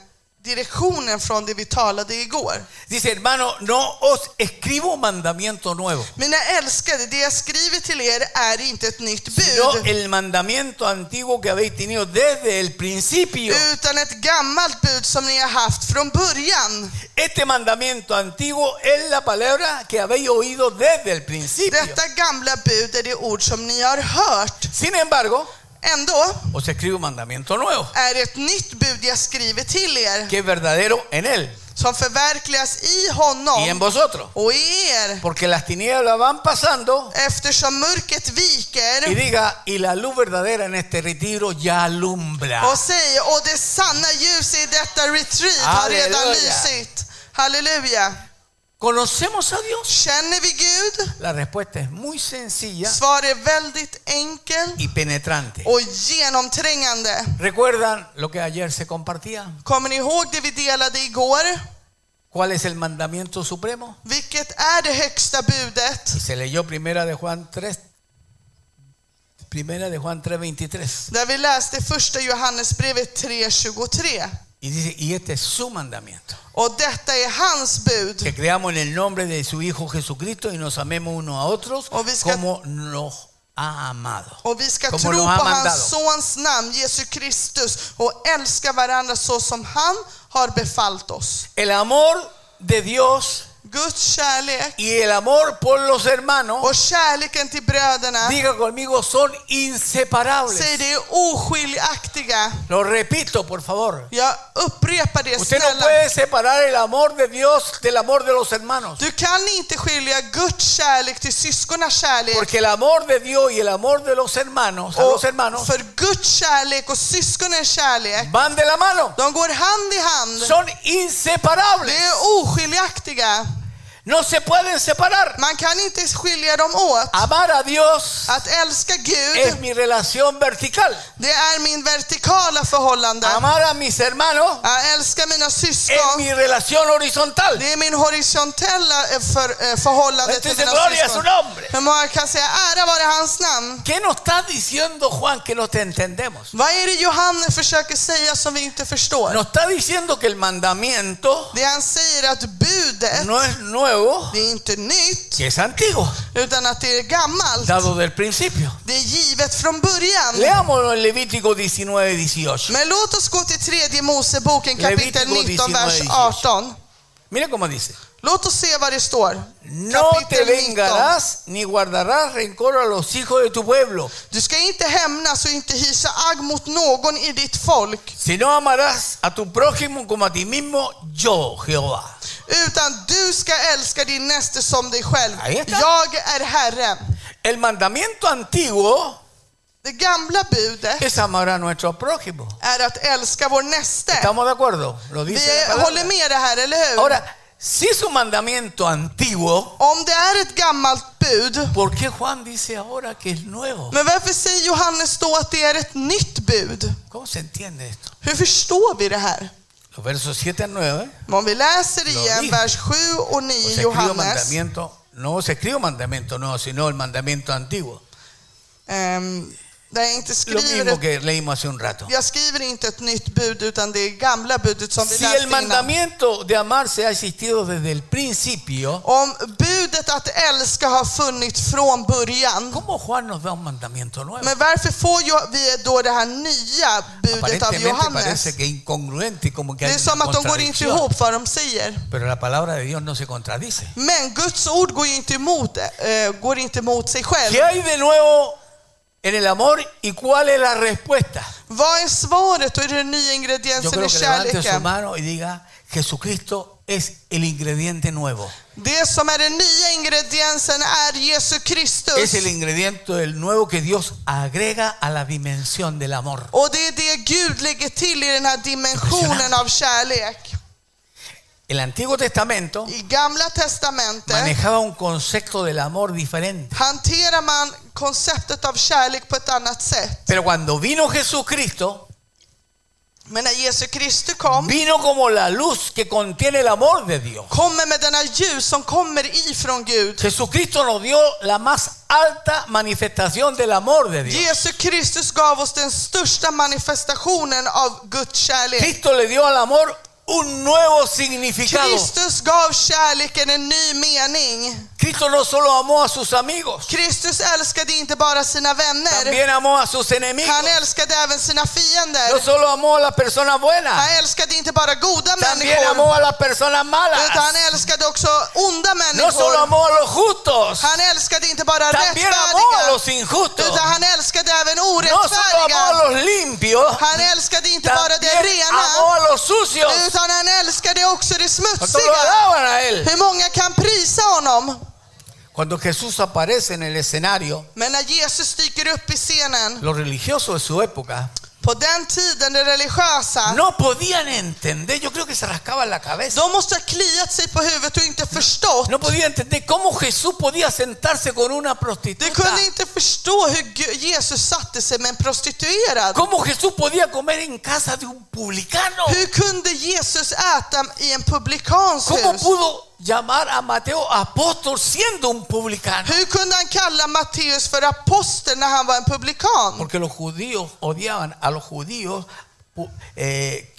direktionen från det vi talade igår.
Dice, hermano, no os escribo mandamiento nuevo,
Mina älskade, det jag skriver till er är inte ett nytt
sino
bud,
el mandamiento antiguo que habéis tenido desde el principio.
utan ett gammalt bud som ni har haft från början.
Este mandamiento antiguo es la palabra que habéis oído desde el principio.
Detta gamla bud är det ord som ni har hört.
Sin embargo,
Ändå
os escribo un mandamiento nuevo,
är det ett nytt bud jag skriver till er,
que es verdadero en él
som förverkligas i
y en
honom
vosotros.
och i er,
Porque las tinieblas van pasando
eftersom mörkret
y
viker
diga, y la luz verdadera en este retiro ya alumbra.
och säger, och det sanna ljuset i detta retreat har redan
Halleluja.
lysit. Halleluja!
¿Conocemos a Dios?
Känner vi Gud?
La respuesta es muy sencilla
Svar är väldigt enkel
y penetrante.
och genomträngande.
¿Recuerdan lo que ayer se compartía?
Kommer ni ihåg det vi delade igår?
¿Cuál es el mandamiento supremo?
Vilket är det högsta budet?
Y se leyó primera de Juan 3. Primera de Juan 3:23.
Där vi läste första Johannesbrevet 3.23.
Y dice, y este es su mandamiento.
Och detta är hans bud.
Que creamos en el nombre de su Hijo Jesucristo y nos amemos unos a otros
Obisca-
como nos ha amado.
Och vi ska
Como
tro
nos ha
på
mandado.
hans sons namn, Jesus Kristus, och älska varandra så som han har befallt oss.
El amor de Dios
Guds kärlek
y el amor por los hermanos,
och kärleken till bröderna,
diga conmigo, son
säg
inseparables.
det är oskiljaktiga.
Lo repito, por favor.
Jag upprepar det
Usted no
snälla.
puede separar el amor de Dios del amor de los hermanos.
Du kan inte skilja Guds kärlek till syskonars kärlek.
Porque el amor de Dios y el amor de los hermanos, a los
Och
hermanos,
för Guds kärlek och syskonens kärlek,
van de la mano.
de går hand i hand.
Son
De
inseparables.
är oskiljaktiga.
No se pueden separar.
Man kan inte skilja dem åt.
Amar a Dios
Att älska
es
Gud,
mi relación vertical.
det är min vertikala förhållande.
Amar a mis hermanos
Att älska mina
es
syskon,
mi relación horizontal.
det är min horisontella eh, för, eh, förhållande till
Entonces,
mina
gloria a su
syskon.
nombre.
Hur många kan säga ära vare hans namn?
¿Qué nos está diciendo Juan que no te entendemos?
Vad är det Johannes försöker säga som vi inte förstår?
Nos está diciendo que el mandamiento
Det han säger att budet,
no es nuevo,
det är inte nytt,
que es antiguo,
utan att det är gammalt.
dado del principio.
Det är givet från början.
Leámoslo en Levítico 19, 18.
Men låt oss gå till tredje Moseboken kapitel
Levitico
19, vers
19.
18.
Mira cómo dice.
Låt oss se vad det står.
No te
Kapitel 19.
vengarás ni guardarás rencor a los hijos de tu pueblo,
Du ska inte hämnas och inte hysa agg mot någon i ditt folk,
sino amarás a tu prójimo como a ti mismo, yo Jehová.
utan du ska älska din näste som dig själv.
Ahí está.
Jag är Herren.
El mandamiento antiguo
Det gamla budet
es amar a nuestro prójimo.
är att älska vår näste.
¿Estamos de acuerdo? Lo dice la
Vi
palabra.
håller med det här, eller hur?
Ahora, si es un mandamiento antiguo,
Om det är ett gammalt bud,
¿por qué Juan dice ahora que es nuevo?
men varför säger Johannes då att det är ett nytt bud?
¿Cómo se entiende esto?
Hur förstår vi det här?
Los versos 7 al 9,
Men Om vi läser
Lo
igen
dijo.
vers 7 och
os
9
escribo
Johannes.
mandamiento No se escribe un mandamiento nuevo, sino el mandamiento antiguo.
Ehm, där jag inte
Lo
skriver
mismo
ett,
que leímos hace un rato.
jag skriver inte ett nytt bud utan det är gamla budet som vi
Si
läste
el
innan.
mandamiento de amarse ha existido desde el principio,
Om budet att älska har funnits från början.
¿cómo Juan nos da un mandamiento nuevo?
Men varför får ju vi då det här nya budet av
Aparentemente
Johannes?
parece que incongruente, como que
Det
hay
är som
una
att de går inte
contradicción.
ihop vad de säger.
Pero la palabra de Dios no se contradice.
Men Guds ord går ju inte emot, eh, går inte emot sig själv.
¿Qué hay de nuevo en el amor y cuál es la respuesta?
Vad är svaret? Och är det den
Yo
nya ingrediensen
creo
i
que levante su
kärleken?
mano y diga, Jesucristo es el ingrediente nuevo.
Det som är den nya ingrediensen är Jesu Kristus.
Es el ingrediente del nuevo que Dios agrega a la dimensión del amor.
Och det är det Gud lägger till i den här dimensionen av kärlek.
El Antiguo Testamento
I Gamla Testamentet
manejaba un concepto del amor diferente.
hanterar man konceptet av kärlek på ett annat sätt.
Pero cuando vino Jesucristo,
Men när Jesu Kristus kom,
vino como la luz que contiene el amor de Dios.
kommer med denna ljus som kommer ifrån Gud.
Jesucristo nos dio la más alta manifestación del amor de Dios.
Jesu Kristus gav oss den största manifestationen av Guds kärlek.
Cristo le dio al amor un nuevo significado.
Kristus gav kärleken en ny mening.
Cristo no solo amó a sus amigos,
Kristus älskade inte bara sina vänner,
también amó a sus enemigos.
han älskade även sina
No
fiender.
solo amó a las personas buenas,
Han älskade inte bara goda
también
människor,
amó a las personas malas.
utan han älskade också onda
No solo
människor.
amó a los justos,
Han älskade inte bara
también amó a
rättfärdiga,
los injustos.
utan han älskade även
No solo amó
orättfärdiga.
a los limpios,
Han älskade inte bara det
también
rena,
amó a los sucios.
utan han älskade också det
Porque lo
smutsiga.
alaban a él.
Hur många kan prisa honom?
Cuando Jesús aparece en el escenario,
Men när Jesus dyker upp i scenen,
los religiosos de su época
på den tiden, det religiösa,
no podían entender, yo creo que se rascaban la cabeza,
de måste ha kliat sig på huvudet och inte förstått.
no podían entender cómo Jesús podía sentarse con una
De
prostituta,
kunde inte förstå hur Gu- Jesus satte sig med en prostituerad.
cómo Jesús podía comer en casa de un publicano,
Hur kunde Jesus äta i en publikans
cómo
hus?
pudo llamar a Mateo apóstol siendo un publicano,
Hur kunde han kalla Matteus för apostel när han var en publikan?
porque los judíos odiaban a los judíos pu- eh,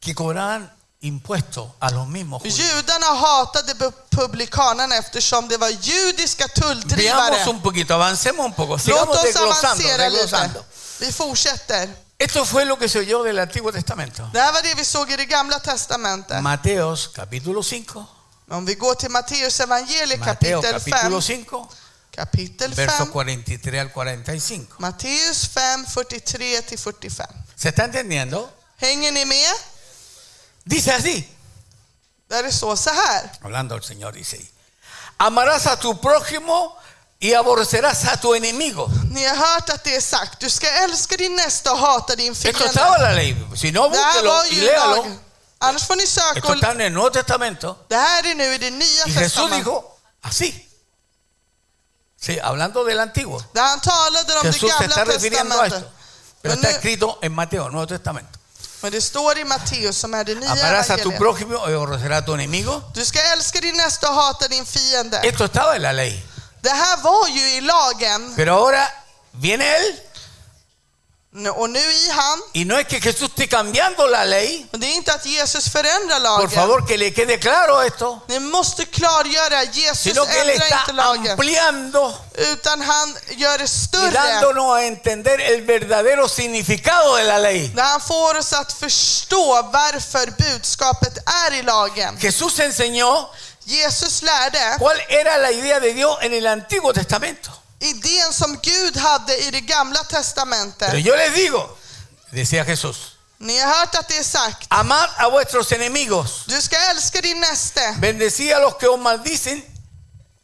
que cobraban impuestos a los mismos judíos.
Judarna hatade bu- publikanerna eftersom det var judiska
Veamos
tulldrivare.
un poquito, avancemos un poco,
Låt
sigamos
oss
desglosando,
avancera lite.
desglosando.
Vi fortsätter.
Esto fue lo que se oyó del Antiguo Testamento.
Det här var det vi såg i det gamla testamentet.
Mateos capítulo 5.
Om vi går till Matteus evangeliet
Mateo
kapitel 5.
capítulo 5,
Kapitel 5.
versos 43 al 45.
Matteus 5, 43 till 45.
¿Se está entendiendo?
Hänger ni med?
Dice así,
Där det står så här.
hablando el Señor, dice, ahí, amarás a tu prójimo y aborrecerás a tu enemigo.
Ni har hört att det är sagt. Du ska älska din nästa och hata din
Esto
fiende.
estaba en la ley. Si no,
Det här var
búsquelo y
ju lag.
léalo.
Annars får ni söka
Esto
och
está en el Nuevo Testamento.
Det här är nu i det nya
Y Jesús
testamentet.
dijo así. Sí, hablando del Antiguo.
Där han talade om
Jesús
det
se
gamla
está refiriendo a
testamentet.
esto. Pero
Men,
está
nu,
escrito en Mateo, Nuevo Testamento.
men det står i Matteus som är det nya
Amarás a tu
evangeliet.
prójimo y aborrecerás a tu enemigo.
Du ska älska din nästa och hata din fiende.
Esto estaba en la ley.
Det här var ju i lagen
Pero ahora viene Él
nu- och nu i han.
y no es que Jesús esté cambiando la ley.
Men det är inte att Jesus förändrar
Por
lagen.
favor, que le quede claro esto.
Ni måste klargöra, Jesus
Sino que Él
ändrar
está
inte lagen.
ampliando
Utan han gör det
y
större.
dándonos a entender el verdadero significado de la ley.
När han får oss att förstå varför budskapet är i lagen.
Jesús enseñó
Jesus lärde
cuál era la idea de Dios en el Antiguo Testamento.
idén som Gud hade i det gamla
Pero
testamentet.
yo les digo, decía Jesús,
Ni har hört att det är sagt.
amad a vuestros enemigos.
Du ska älska din näste
Bendecí a los que os maldicen,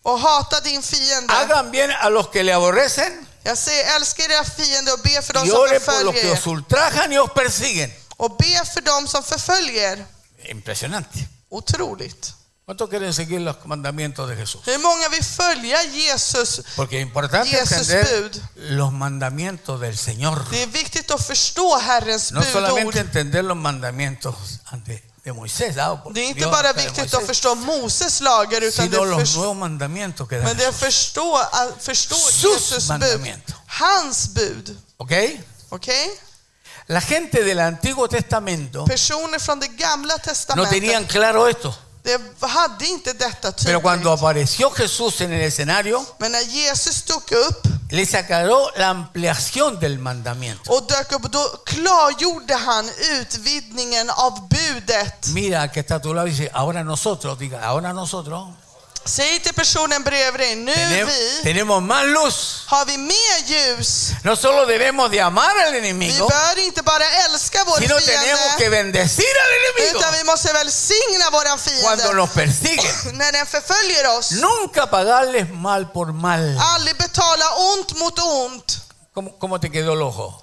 och hata din fiende.
hagan bien a los que le aborrecen,
Jag säger älska era fiende och be för dem
y
som
oren por los
förföljer
que
er.
os ultrajan y os persiguen.
Och be för dem som förföljer er.
Impresionante.
Otroligt.
¿Cuántos quieren seguir los mandamientos de Jesús?
Hur många vill följa Jesus?
Porque es importante
Jesus
entender
bud.
los mandamientos del Señor.
Det är viktigt att förstå Herrens
No solamente
budord.
entender los mandamientos ante- de Moisés, dado por
Det är inte
Dios
bara
hasta de
viktigt att
Moisés,
förstå Moses lagar, utan det
sino
är
los
förs-
nuevos mandamientos que da
men det är
Jesús.
förstå, att förstå
Sus
Jesus bud.
mandamiento.
Hans bud.
¿Ok?
Okej?
La gente del Antiguo Testamento
Personer från det gamla
no
testamentet,
tenían claro esto.
de hade inte detta
Pero cuando
tydligt.
apareció Jesús en el escenario,
Men när Jesus dök upp
les aclaró la ampliación del mandamiento.
och dök upp, då klargjorde han utvidgningen av budet.
Mira al que está a tu lado y dice, ahora nosotros, diga, ahora nosotros
Säg till personen bredvid dig, nu
tenem-
vi,
tenemos más luz.
har vi mer ljus.
No solo debemos de amar al
Vi
enemigo,
bör inte bara älska vår
sino tenemos que
fiende,
bendecir al enemigo
utan vi måste välsigna våra
cuando
fiender
nos persiguen.
när den förföljer oss.
Nunca pagarles mal por mal.
Aldrig betala ont mot ont.
¿Cómo, cómo te quedó el ojo?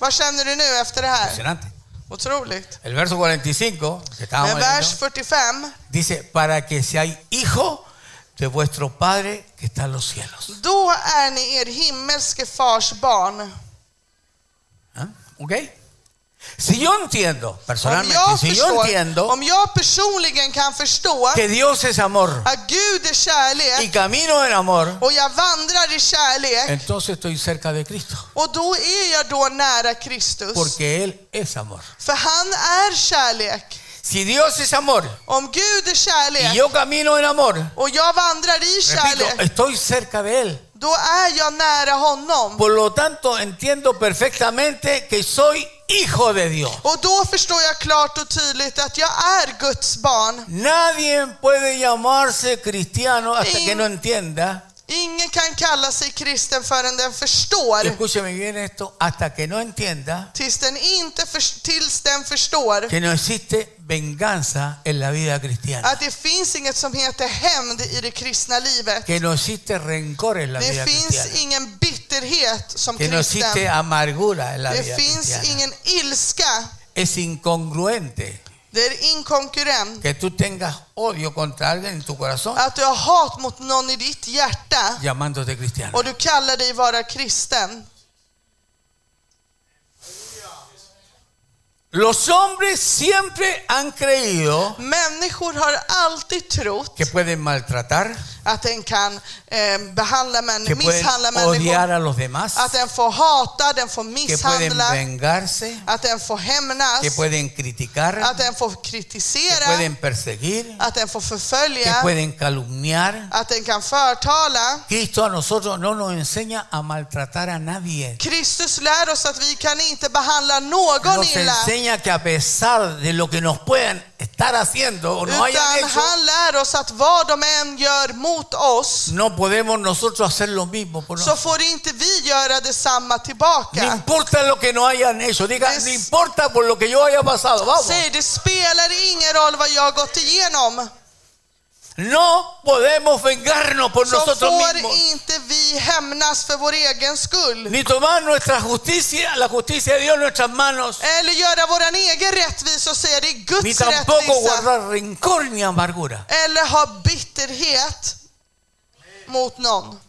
Vad känner du nu efter det här?
Impresionante.
Otroligt.
El verso 45, que estábamos
Men vers
leyendo,
45,
dice, para que seáis hijo de vuestro Padre que está en los cielos.
då är ni er himmelske fars barn.
¿Ah? ¿Ok? Si yo entiendo,
Om
personalmente,
jag,
si yo
förstår,
entiendo
om jag personligen kan förstå
que Dios es amor
att Gud är
y
kärlek
camino en amor,
och jag vandrar i kärlek
entonces estoy cerca de Cristo,
och då är jag då nära Kristus.
porque Él es amor.
För han är kärlek.
Si Dios es amor
Om Gud är
y
kärlek
yo camino en amor,
och jag vandrar i
repito,
kärlek,
estoy cerca de Él.
då är jag nära honom.
Por lo tanto, entiendo perfectamente que soy hijo de Dios.
Och då förstår jag klart och tydligt att jag är Guds barn.
Nadie puede llamarse cristiano hasta
Sí.
que no entienda.
Ingen kan kalla sig kristen förrän den förstår.
Escúcheme bien esto, hasta que no entienda
Tills den, inte för, tills den förstår
que no existe venganza en la vida cristiana,
att det finns inget som heter hämnd i det kristna livet.
que no existe rencor en la vida
Det finns
cristiana,
ingen bitterhet som
que no existe
kristen.
amargura en la
Det
vida
finns
cristiana.
ingen ilska.
Es incongruente
Det är inkonkurrent.
que tú tengas odio contra alguien en tu corazón
Att du har hat mot någon i ditt hjärta
llamándote cristiano.
och du kallar dig vara kristen.
Los hombres siempre han creído
Människor har alltid trott
que pueden maltratar,
att den kan eh, behandla
que
människor,
pueden
misshandla
odiar
människor.
a los demás,
Att den får hata, den får
que pueden
misshandla,
vengarse,
att den får
que
hämnas,
pueden criticar,
att den får
que
kritisera,
pueden perseguir,
att den får
que
förfölja,
pueden calumniar.
att den kan förtala.
Cristo a nosotros no nos enseña a maltratar a nadie.
Kristus lär oss att vi kan inte behandla någon
Nos
illa.
enseña que a pesar de lo que nos puedan estar haciendo o nos hayan
Utan
hecho,
han lär oss att vad de än gör mot oss
no podemos nosotros hacer lo mismo. Por
så
nosotros.
får inte vi göra detsamma
No
tillbaka.
importa lo que nos hayan hecho, diga,
Es-
no importa por lo que yo haya pasado, vamos.
Säg, det spelar ingen roll vad jag har gått igenom.
No podemos vengarnos por
Så
nosotros
får
mismos.
inte vi hämnas för vår egen skull.
ni tomar nuestra justicia, la justicia de Dios en nuestras manos,
Eller göra vår egen rättvisa och säga det är
ni
Guds
tampoco
rättvisa.
guardar rencor ni amargura.
Eller ha bitterhet mot någon.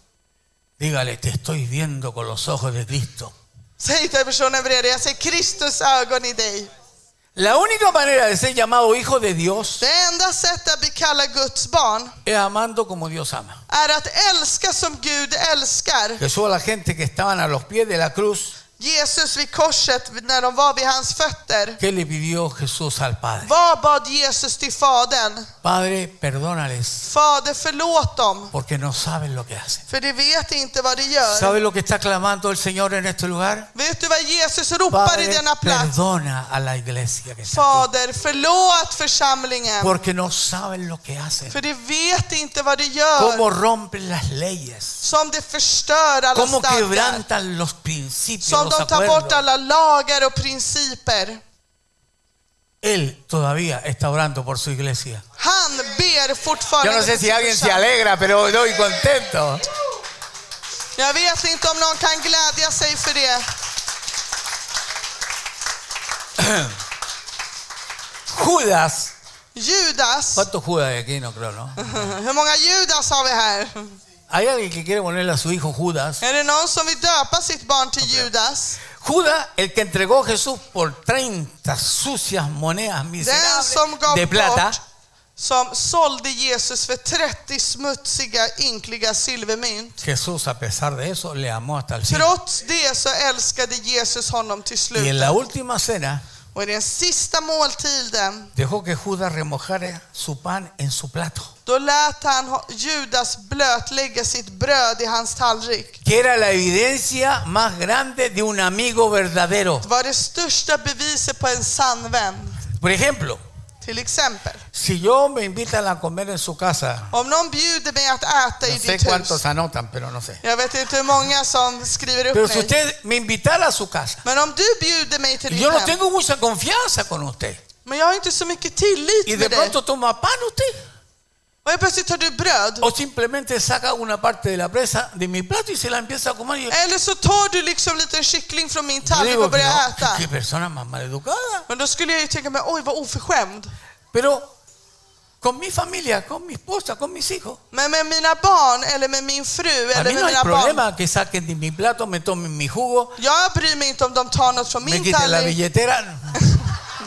Dígale, te estoy viendo con los ojos de Cristo.
Säg till personen bredvid dig, jag ser Kristus ögon i dig.
La única manera de ser llamado hijo de Dios
Det enda sättet att bli kallad Guds barn
es amando como Dios ama.
är att älska som Gud älskar.
Jesús a la gente que estaban a los pies de la cruz,
Jesus vid korset, när de var vid hans fötter.
¿qué le pidió Jesús al Padre?
Vad bad Jesus till Fadern?
Padre, perdónales
Fader, förlåt dem,
porque no saben lo que hacen.
för de vet inte vad de gör.
¿Sabe lo que está clamando el Señor en este lugar?
Vet du vad Jesus ropar i
Padre,
denna plats?
perdona a la iglesia que está aquí,
Fader, förlåt församlingen,
porque no saben lo que hacen.
för de vet inte vad de gör.
cómo rompen las leyes,
Som de förstör alla
cómo
stadgar.
quebrantan los principios,
Som
los
de tar bort
acuerdos.
alla lagar och principer.
Él todavía está orando por su iglesia.
Han ber fortfarande.
Yo no sé
för
si
sin
alguien se
församling.
alegra, pero doy contento.
Jag vet inte om någon kan glädja sig för det.
Judas,
Judas.
¿cuántos Judas hay aquí? No creo, ¿no?
Hur många Judas har vi här?
Hay alguien que quiere ponerle a su hijo Judas.
Är det någon som vill döpa sitt barn till Judas?
Judas, el que entregó a Jesús por 30 sucias monedas
Den
miserables
som gav
de plata.
bort, som sålde Jesus för 30 smutsiga, ynkliga silvermynt.
Jesús, a pesar de eso, le amó hasta el cielo.
Trots det så älskade Jesus honom till
Y en
slut.
la última cena
Och i den sista måltiden,
dejó que Judas remojara su pan en su plato,
då lät han ha- Judas blötlägga sitt bröd i hans tallrik.
que era la evidencia más grande de un amigo verdadero.
Det var det största beviset på en sann vän.
Por ejemplo,
Till exempel,
si yo me invitan a comer en su casa,
om någon bjuder mig att äta i
no sé
ditt hus.
cuántos anotan, pero no sé.
Jag vet inte hur många som skriver upp
Pero si
mig.
usted me invitara a su casa,
Men om du bjuder mig till
y
ditt
yo no
hem,
tengo mucha confianza con usted,
men jag har inte så mycket
y
tillit
de
med dig.
pronto toma pan usted,
Och helt plötsligt tar du bröd.
o simplemente saca una parte de la presa de mi plato y se la empieza a comer, y yo
Eller så tar du liksom en liten kyckling från min
Yo
tallrik
digo
och
que
börjar
no,
äta.
qué persona más maleducada.
Men då skulle jag ju tänka mig, oj vad oförskämd.
Pero con mi familia, con mi esposa, con mis hijos.
Men med mina barn eller med min fru
A
eller
mí
med
no hay
mina barn.
problema que saquen de mi plato, me tomen mi jugo,
Jag bryr mig inte om de tar något från
me
min
quiten la
tallrik
billetera.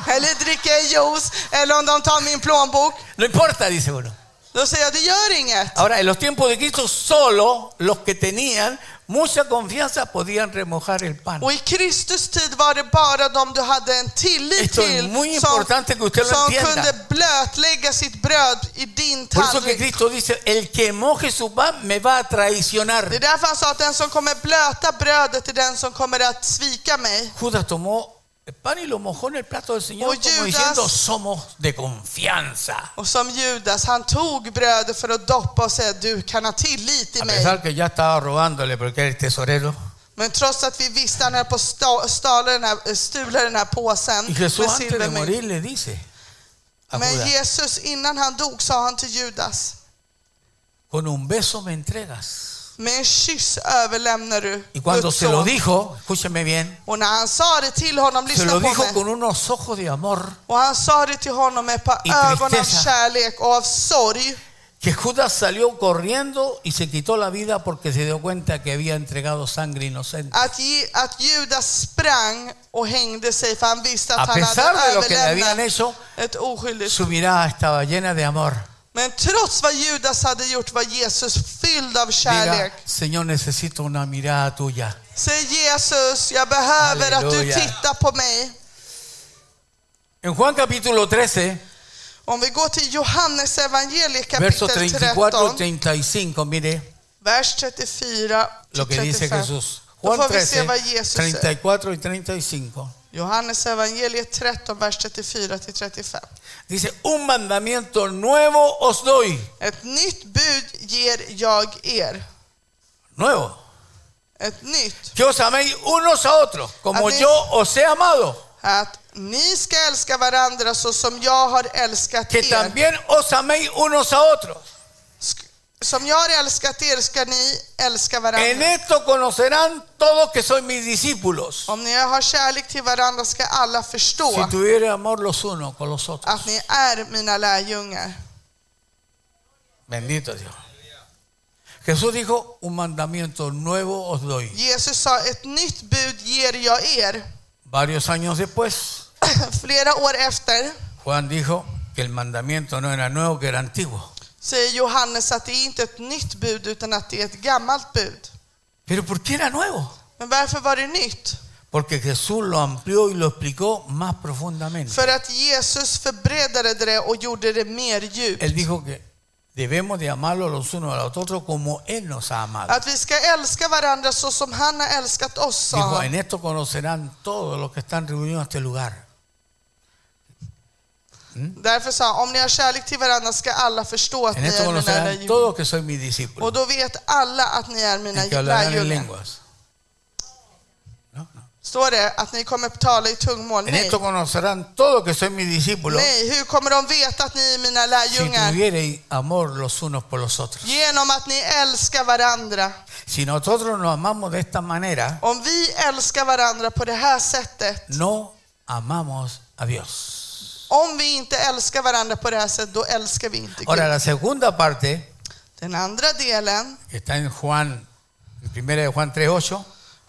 eller dricker juice eller om de tar min plånbok.
No importa, dice uno.
Då säger jag, det gör inget.
Ahora, en los tiempos de Cristo, solo los que tenían mucha confianza podían remojar el pan.
Och i Kristus tid var det bara de du hade en tillit
Esto es
till
muy importante que usted lo
som
entienda.
kunde blötlägga sitt bröd i din
Por eso que
tallrik.
Cristo dice, el que moje su pan me va a traicionar.
Det är därför han sa att den som kommer blöta brödet är den som kommer att svika mig.
Judas tomó el pan y lo mojó en el plato del Señor
Oh,
como
Judas.
diciendo, somos de confianza.
Och som Judas, han tog brödet för att doppa och säga du kan ha tillit i
A
mig.
pesar que ya estaba robándole porque era el tesorero.
Men trots att vi visste han höll på att sta- stala den här, eh, stula den här påsen
Y Jesús
med
antes de
silvermynt.
morir le dice a
Men
Judas,
Jesus, innan han dog sa han till Judas,
con un beso me entregas.
med en kyss överlämnar du
Y cuando
Guds
se lo
Pues son."
dijo, escúcheme bien,
Och när han sa det till honom,
se
lyssna
lo
på
dijo
mig.
con unos ojos de amor
Och han sa det till honom med ett par
Y
ögon av
tristeza.
kärlek och av sorg.
que Judas salió corriendo y se quitó la vida porque se dio cuenta que había entregado sangre inocente.
Att, ge, att Judas sprang och hängde sig för han visste
A
att han
pesar
hade
de lo que le habían
överlämnat
hecho,
ett oskyldigt.
su mirada estaba llena de amor.
Men trots vad Judas hade gjort var Jesus fylld av kärlek.
Diga, Señor, necesito una mirada tuya.
Säg Jesus, jag behöver att du
Halleluja.
tittar på mig.
En Juan capítulo 13,
Om vi går till Johannes evangeliet
versos
kapitel
34
13,
y 35, mire
vers 34
lo que dice
35.
Jesús.
Då
Juan
får vi se
13,
vad Jesus säger.
34 y 35.
Johannes evangeliet 13, vers 34 till 35.
Dice, un mandamiento nuevo os doy.
Ett nytt bud ger jag er.
Nuevo.
Ett nytt.
Que os améis unos a otros, como
Amén.
yo os he amado.
Att ni ska älska varandra så som jag har älskat
Que
er.
también os améis unos a otros.
Sk- Som jag har älskat er ska ni älska
En
varandra.
esto conocerán todos que sois mis discípulos.
Om ni har kärlek till varandra ska alla förstå
Si tuviere amor los unos con los otros.
att ni är mina lärjungar.
Bendito Dios. Jesús dijo, un mandamiento nuevo os doy.
Jesus sa, ett nytt bud ger jag er.
Varios años después,
Flera år efter
Juan dijo que el mandamiento no era nuevo, que era antiguo.
säger Johannes att det är inte ett nytt bud utan att det är ett gammalt bud.
Pero ¿por qué era nuevo?
Men varför var det nytt?
Porque Jesús lo amplió y lo explicó más profundamente.
För att Jesus förbredade det och gjorde det mer djupt.
Él dijo que debemos de amarlo los unos a los otros como Él nos ha amado.
Att vi ska älska varandra så som han har älskat oss, sa
Dijo, en
han.
esto conocerán todos los que están reunidos en este lugar.
Därför sa han, om ni har kärlek till varandra ska alla förstå att
En
ni
esto
är mina
conocerán
lärjungar.
todos que soy mis
Och
discípulos.
då vet alla att ni är mina
Y que hablarán en
lärjungar.
lenguas.
Står det att ni kommer att tala i tungomål?
En
Nej.
esto conocerán todos que soy mis discípulos.
Nej, hur kommer de veta att ni är mina
Si
lärjungar?
tuviereis amor los unos por los otros.
Genom att ni älskar varandra.
Si nosotros nos amamos de esta manera,
Om vi älskar varandra på det här sättet,
no amamos a Dios.
om vi inte älskar varandra på det här sättet, då älskar vi inte Gud.
Ahora, la segunda parte
Den andra delen,
que está en Juan, en primera de Juan 3.8,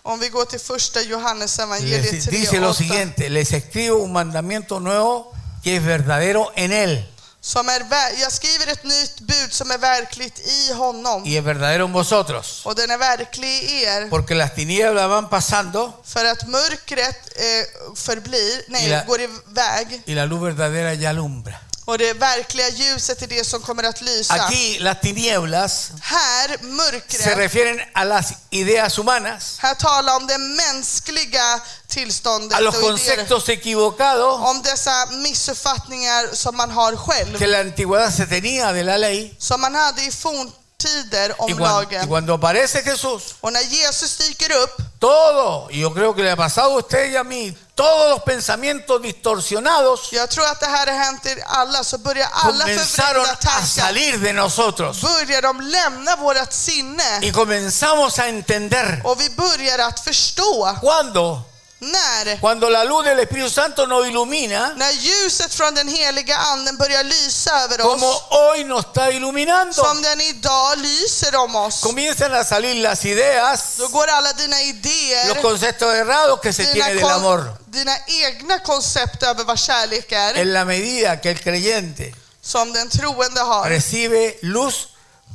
om vi går till första Johannes evangeliet
les dice lo
3.8,
siguiente, les escribo un mandamiento nuevo que es verdadero en Él
som är, ver- jag skriver ett nytt bud som är verkligt i honom
y es verdadero en vosotros,
och den är verklig i er
porque las tinieblas van pasando
för att mörkret eh, förblir, nej,
Ila-
går iväg
y la luz verdadera ya alumbra.
och det verkliga ljuset är det som kommer att lysa.
Aquí las tinieblas
Här,
se
mörkret,
refieren a las ideas humanas,
här talar om det mänskliga tillståndet
a los
och idéer.
conceptos equivocados
om dessa missuppfattningar som man har själv,
que en la antigüedad se tenía de la ley.
som man hade i forntider
Y
om
cuan- y cuando,
lagen.
aparece Jesús,
Och när Jesus dyker upp,
todo, y yo creo que le ha pasado a usted y a mí, todos los pensamientos distorsionados
jag tror att det här har hänt er alla, så börjar alla
comenzaron
förvridna
a
tankar,
salir de nosotros
börjar de lämna vårt sinne
y comenzamos a entender
och vi börjar att förstå
cuando
när,
cuando la luz del Espíritu Santo nos ilumina,
när ljuset från den heliga anden börjar lysa över
como
oss,
hoy nos está iluminando,
som den idag lyser om oss.
comienzan a salir las ideas,
Då går alla dina
los
idéer,
conceptos errados que se
dina,
tiene del
kon-
amor.
dina egna koncept över vad kärlek är.
En la medida que el creyente
som den troende har.
recibe luz,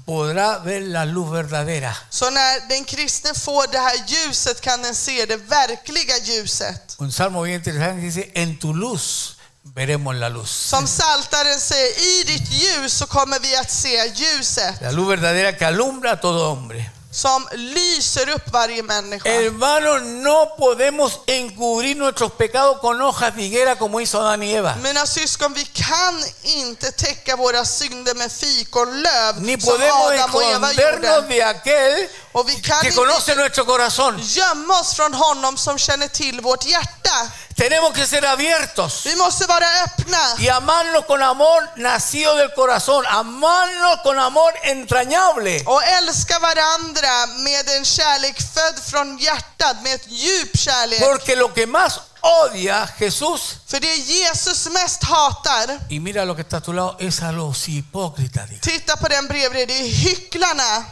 podrá ver la luz verdadera.
Så när den kristne får det här ljuset kan den se det verkliga ljuset.
Un salmo bien interesante dice, en tu luz veremos la luz.
Som saltaren säger, i ditt ljus så kommer vi att se ljuset
La luz verdadera que alumbra a todo hombre.
som lyser upp varje människa.
Hermanos, no podemos encubrir nuestros pecados con hojas de higuera como hizo Adán y Eva.
Mina syskon, vi kan inte täcka våra synder med fikonlöv
Ni
som
podemos
Adam och Eva
escondernos
gjorde.
de aquel
Och vi kan
que
inte
conoce nuestro corazón.
gömma oss från honom som känner till vårt hjärta.
Tenemos que ser abiertos
Vi måste vara öppna.
y amarnos con amor nacido del corazón, amarnos con amor entrañable.
Och älska varandra med en kärlek född från hjärtat, med ett djup kärlek.
Porque lo que más odia Jesús,
För det Jesus mest hatar,
y mira lo que está a tu lado, es a los hipócritas. diga.
titta på den bredvid dig, det är hycklarna.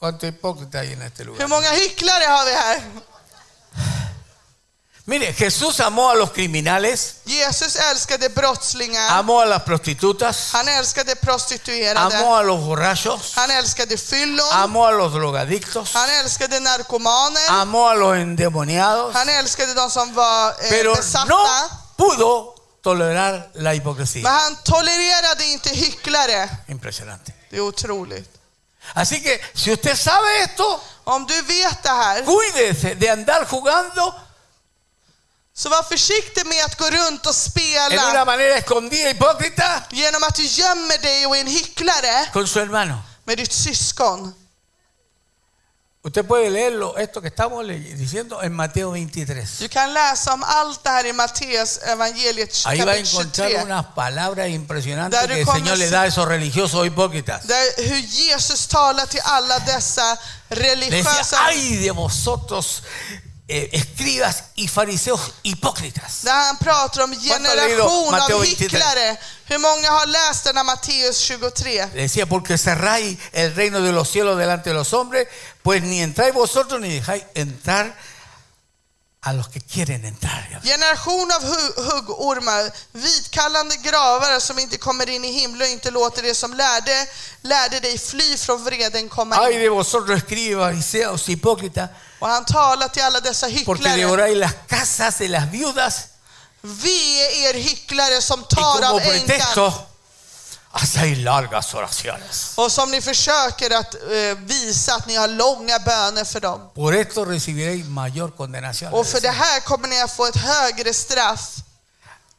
¿Cuántos hipócritas hay en este
Hur
lugar?
många hycklare har vi här?
Mire, Jesús amó a los criminales,
Jesus älskade brottslingar,
amó a las prostitutas,
han älskade prostituerade,
amó a los borrachos,
han älskade fyllon,
amó a los drogadictos,
han älskade narkomaner,
amó a los endemoniados,
han älskade de som var eh,
pero no
besatta.
pudo tolerar la
Men
hipocresía.
han tolererade inte hycklare.
Impresionante.
Det är otroligt.
Así que si usted sabe esto,
Om du vet det här,
cuídese de andar jugando
Så var försiktig med att gå runt och
en una
spela
manera escondida, hipócrita,
genom att du gömmer dig och är en hycklare
con su hermano.
med ditt syskon.
Usted puede leerlo, esto que estamos le- diciendo en Mateo 23.
Du kan läsa om allt det här i Matteus evangeliet
Ahí va a
kapitel
encontrar
23.
unas palabras impresionantes
Där du
que el
kommer
Señor le
se-
da a esos religiosos hipócritas.
Där hur Jesus talar till alla dessa
Le decía,
religiösa.
ay de vosotros, eh, escribas y fariseos hipócritas.
Där han pratar om
har leído
generation
Matteo
av
23?
hycklare. Hur många har läst den här Matteus 23?
Le decía, porque cerráis el reino de los cielos delante de los hombres, pues ni entráis vosotros ni dejáis entrar a los que quieren entrar.
Generation av hu- huggormar, vitkallande gravar som inte kommer in i himlen och inte låter det som lärde, lärde dig fly från vreden komma
Ay
in.
de vosotros, escribas, fariseos, hipócritas,
Och han talar till alla dessa
porque
hycklare.
devoráis las casas de las viudas
Ve er hycklare som
y
tar av
como
änkan
pretexto hacéis largas oraciones.
och som ni försöker att eh, visa att ni har långa böner för dem.
Por esto recibiréis mayor condenación.
Och för det här kommer ni att få ett högre straff.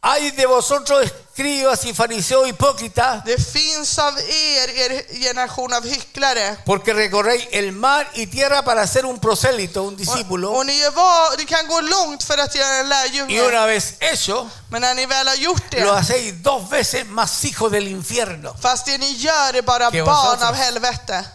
Ay de vosotros, escribas y fariseos hipócritas,
Det finns av er, er generation av hycklare.
porque recorréis el mar y tierra para ser un prosélito, un discípulo,
Och ni, gör vad, ni kan gå långt för att göra en
y
lärjunge.
una vez hecho,
Men när ni väl har gjort
lo
det,
hacéis dos veces más hijos del infierno.
fast det ni gör är bara
Que
barn
vosotros.
av helvete.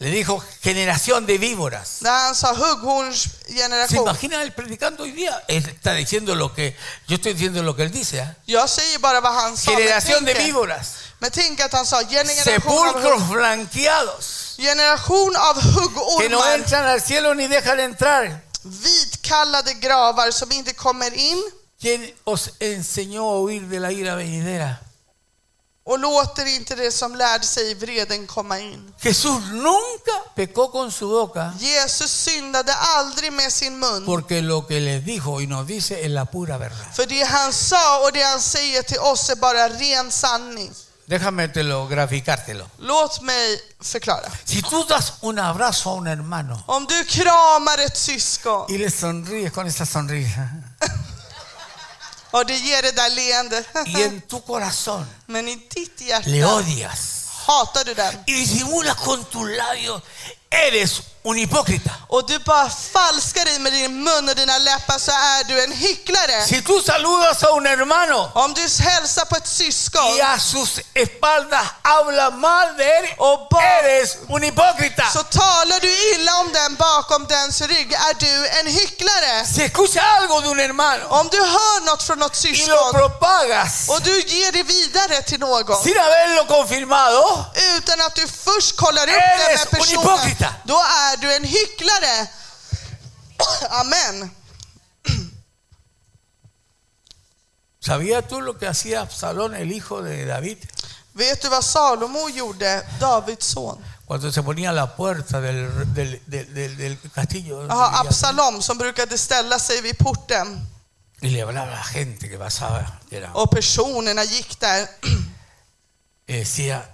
Le dijo generación de víboras.
När han sa
¿Se
hugghornsgeneration.
imagina él predicando hoy día? Él está diciendo lo que, yo estoy diciendo lo que él dice. ¿eh?
Jag säger bara vad han sa. men
Generación de
tänk er.
víboras.
Men tänk att han sa generation av, hugg-
sepulcros blanqueados
generation av
que no
huggormar,
entran al cielo ni dejan entrar.
vitkallade gravar som inte kommer in
¿Quién os enseñó a huir de la ira venidera?
och låter inte det som lärde sig i vreden komma in.
Jesús nunca pecó con su boca
Jesus syndade aldrig med sin mun.
porque lo que les dijo y nos dice es la pura verdad.
För det han sa och det han säger till oss är bara ren sanning.
Déjame te lo graficártelo.
Låt mig förklara.
Si tú das un abrazo a un hermano
Om du kramar ett syskon
y le sonríes con esa sonrisa
och det ger det där leendet,
y en tu corazón
men i ditt
le
hjärta
odias
hatar du den.
y disimulas con tus labios, eres un hipócrita.
Och du bara falskar i med din mun och dina läppar så är du en hycklare.
Si tú saludas a un hermano
Om du hälsar på ett
y
syskon
a sus espaldas habla mal de él, eres un hipócrita.
så talar du illa om den bakom dens rygg är du en hycklare.
Si escucha algo de un hermano
Om du hör något från något
y lo
syskon
propagas
och du ger det vidare till någon
sin haberlo confirmado,
utan att du först kollar upp det
Eres un
med personen,
hipócrita.
då är du en hycklare. Amen.
¿sabías tú lo que hacía Absalón, el hijo de David?
Vet du vad Salomo gjorde, Davids son?
Cuando se ponía a la puerta del, del- del- del- del castillo donde
Jaha,
vivía.
Absalom som brukade ställa sig vid porten
y le hablaba a la gente que pasaba, que era-
och personerna gick där.
y decía,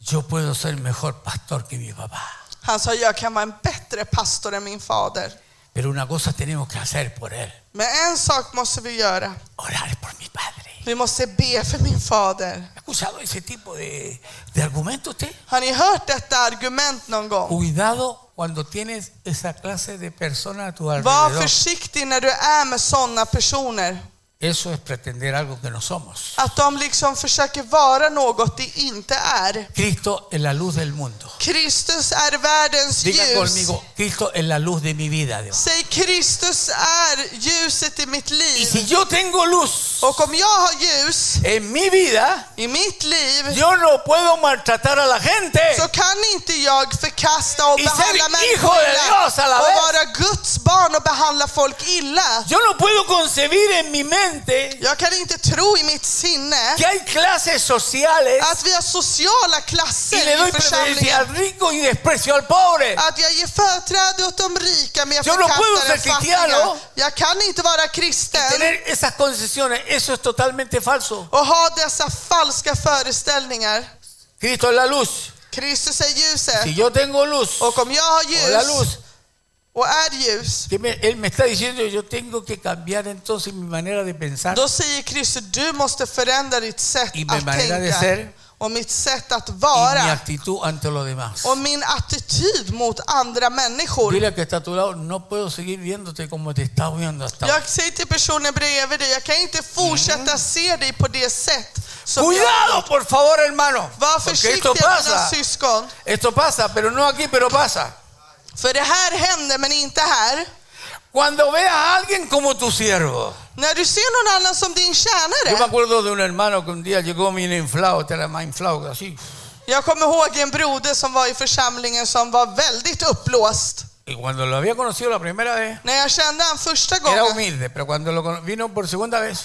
yo puedo ser mejor pastor que mi papá,
Han sa, jag kan vara en bättre pastor än min fader.
pero una cosa tenemos que hacer por él,
Men en sak måste vi göra.
orar por mi padre.
Vi måste be för min fader.
¿Ha escuchado ese tipo de, de argumento usted?
Har ni hört detta argument någon gång?
Cuidado cuando tienes esa clase de persona a tu
Var
alrededor.
försiktig när du är med sådana personer.
Eso es pretender algo que no somos.
Att de liksom försöker vara något de inte är.
Cristo es la luz del mundo.
Kristus är världens
Diga
ljus.
conmigo, Cristo es la luz de mi vida. Dios.
Säg Kristus är ljuset i mitt
Y
liv.
si yo tengo luz
Och om jag har ljus
en mi vida,
i mitt liv
yo no puedo maltratar a la gente.
så kan inte jag förkasta och
Y ser
behandla
hijo
människor
de
illa.
Dios a la
Och
vez.
vara Guds barn och behandla folk illa.
Yo no puedo concebir en mi mente
Jag kan inte tro i mitt sinne
que hay clases sociales
att vi har sociala
y le
klasser
doy
i
preferencia
församlingen.
al rico y desprecio al pobre.
Att jag ger företräde åt de rika men jag
Yo no puedo
förkastar
ser
den fattiga.
cristiano.
Jag kan inte vara
Y
kristen
tener esas concesiones, eso es totalmente falso.
och ha dessa falska föreställningar.
Cristo es la luz.
Kristus är ljuset.
Si yo tengo luz
Och om jag har
o la
ljus
luz,
och är ljus,
que me- Él me está diciendo yo tengo que cambiar entonces mi manera de pensar.
då säger Kristus du måste förändra ditt sätt
Y mi
att
manera de
tänka
ser.
och mitt sätt att
y mi
vara
actitud ante los demás.
och min attityd mot andra människor.
Dile al que está a tu lado, no puedo seguir viéndote como te estás viendo hasta ahora.
Jag säger till personen bredvid dig, jag kan inte fortsätta se dig på det sätt som jag
Cuidado, por favor, hermano.
Var
Porque esto
försiktiga mina
pasa.
syskon.
Esto pasa, pero no aquí, pero pasa.
För det här händer men inte här.
Cuando veas a alguien como tu siervo.
När du ser någon annan som din
Yo me
tjänare.
acuerdo de un hermano que un día llegó bien inflado, estaba más inflado que así.
Jag kommer ihåg en broder som var i församlingen som var väldigt uppblåst.
Y cuando lo había conocido la primera vez,
När jag kände han första
era
gången,
humilde, pero cuando lo cono- vino por segunda vez,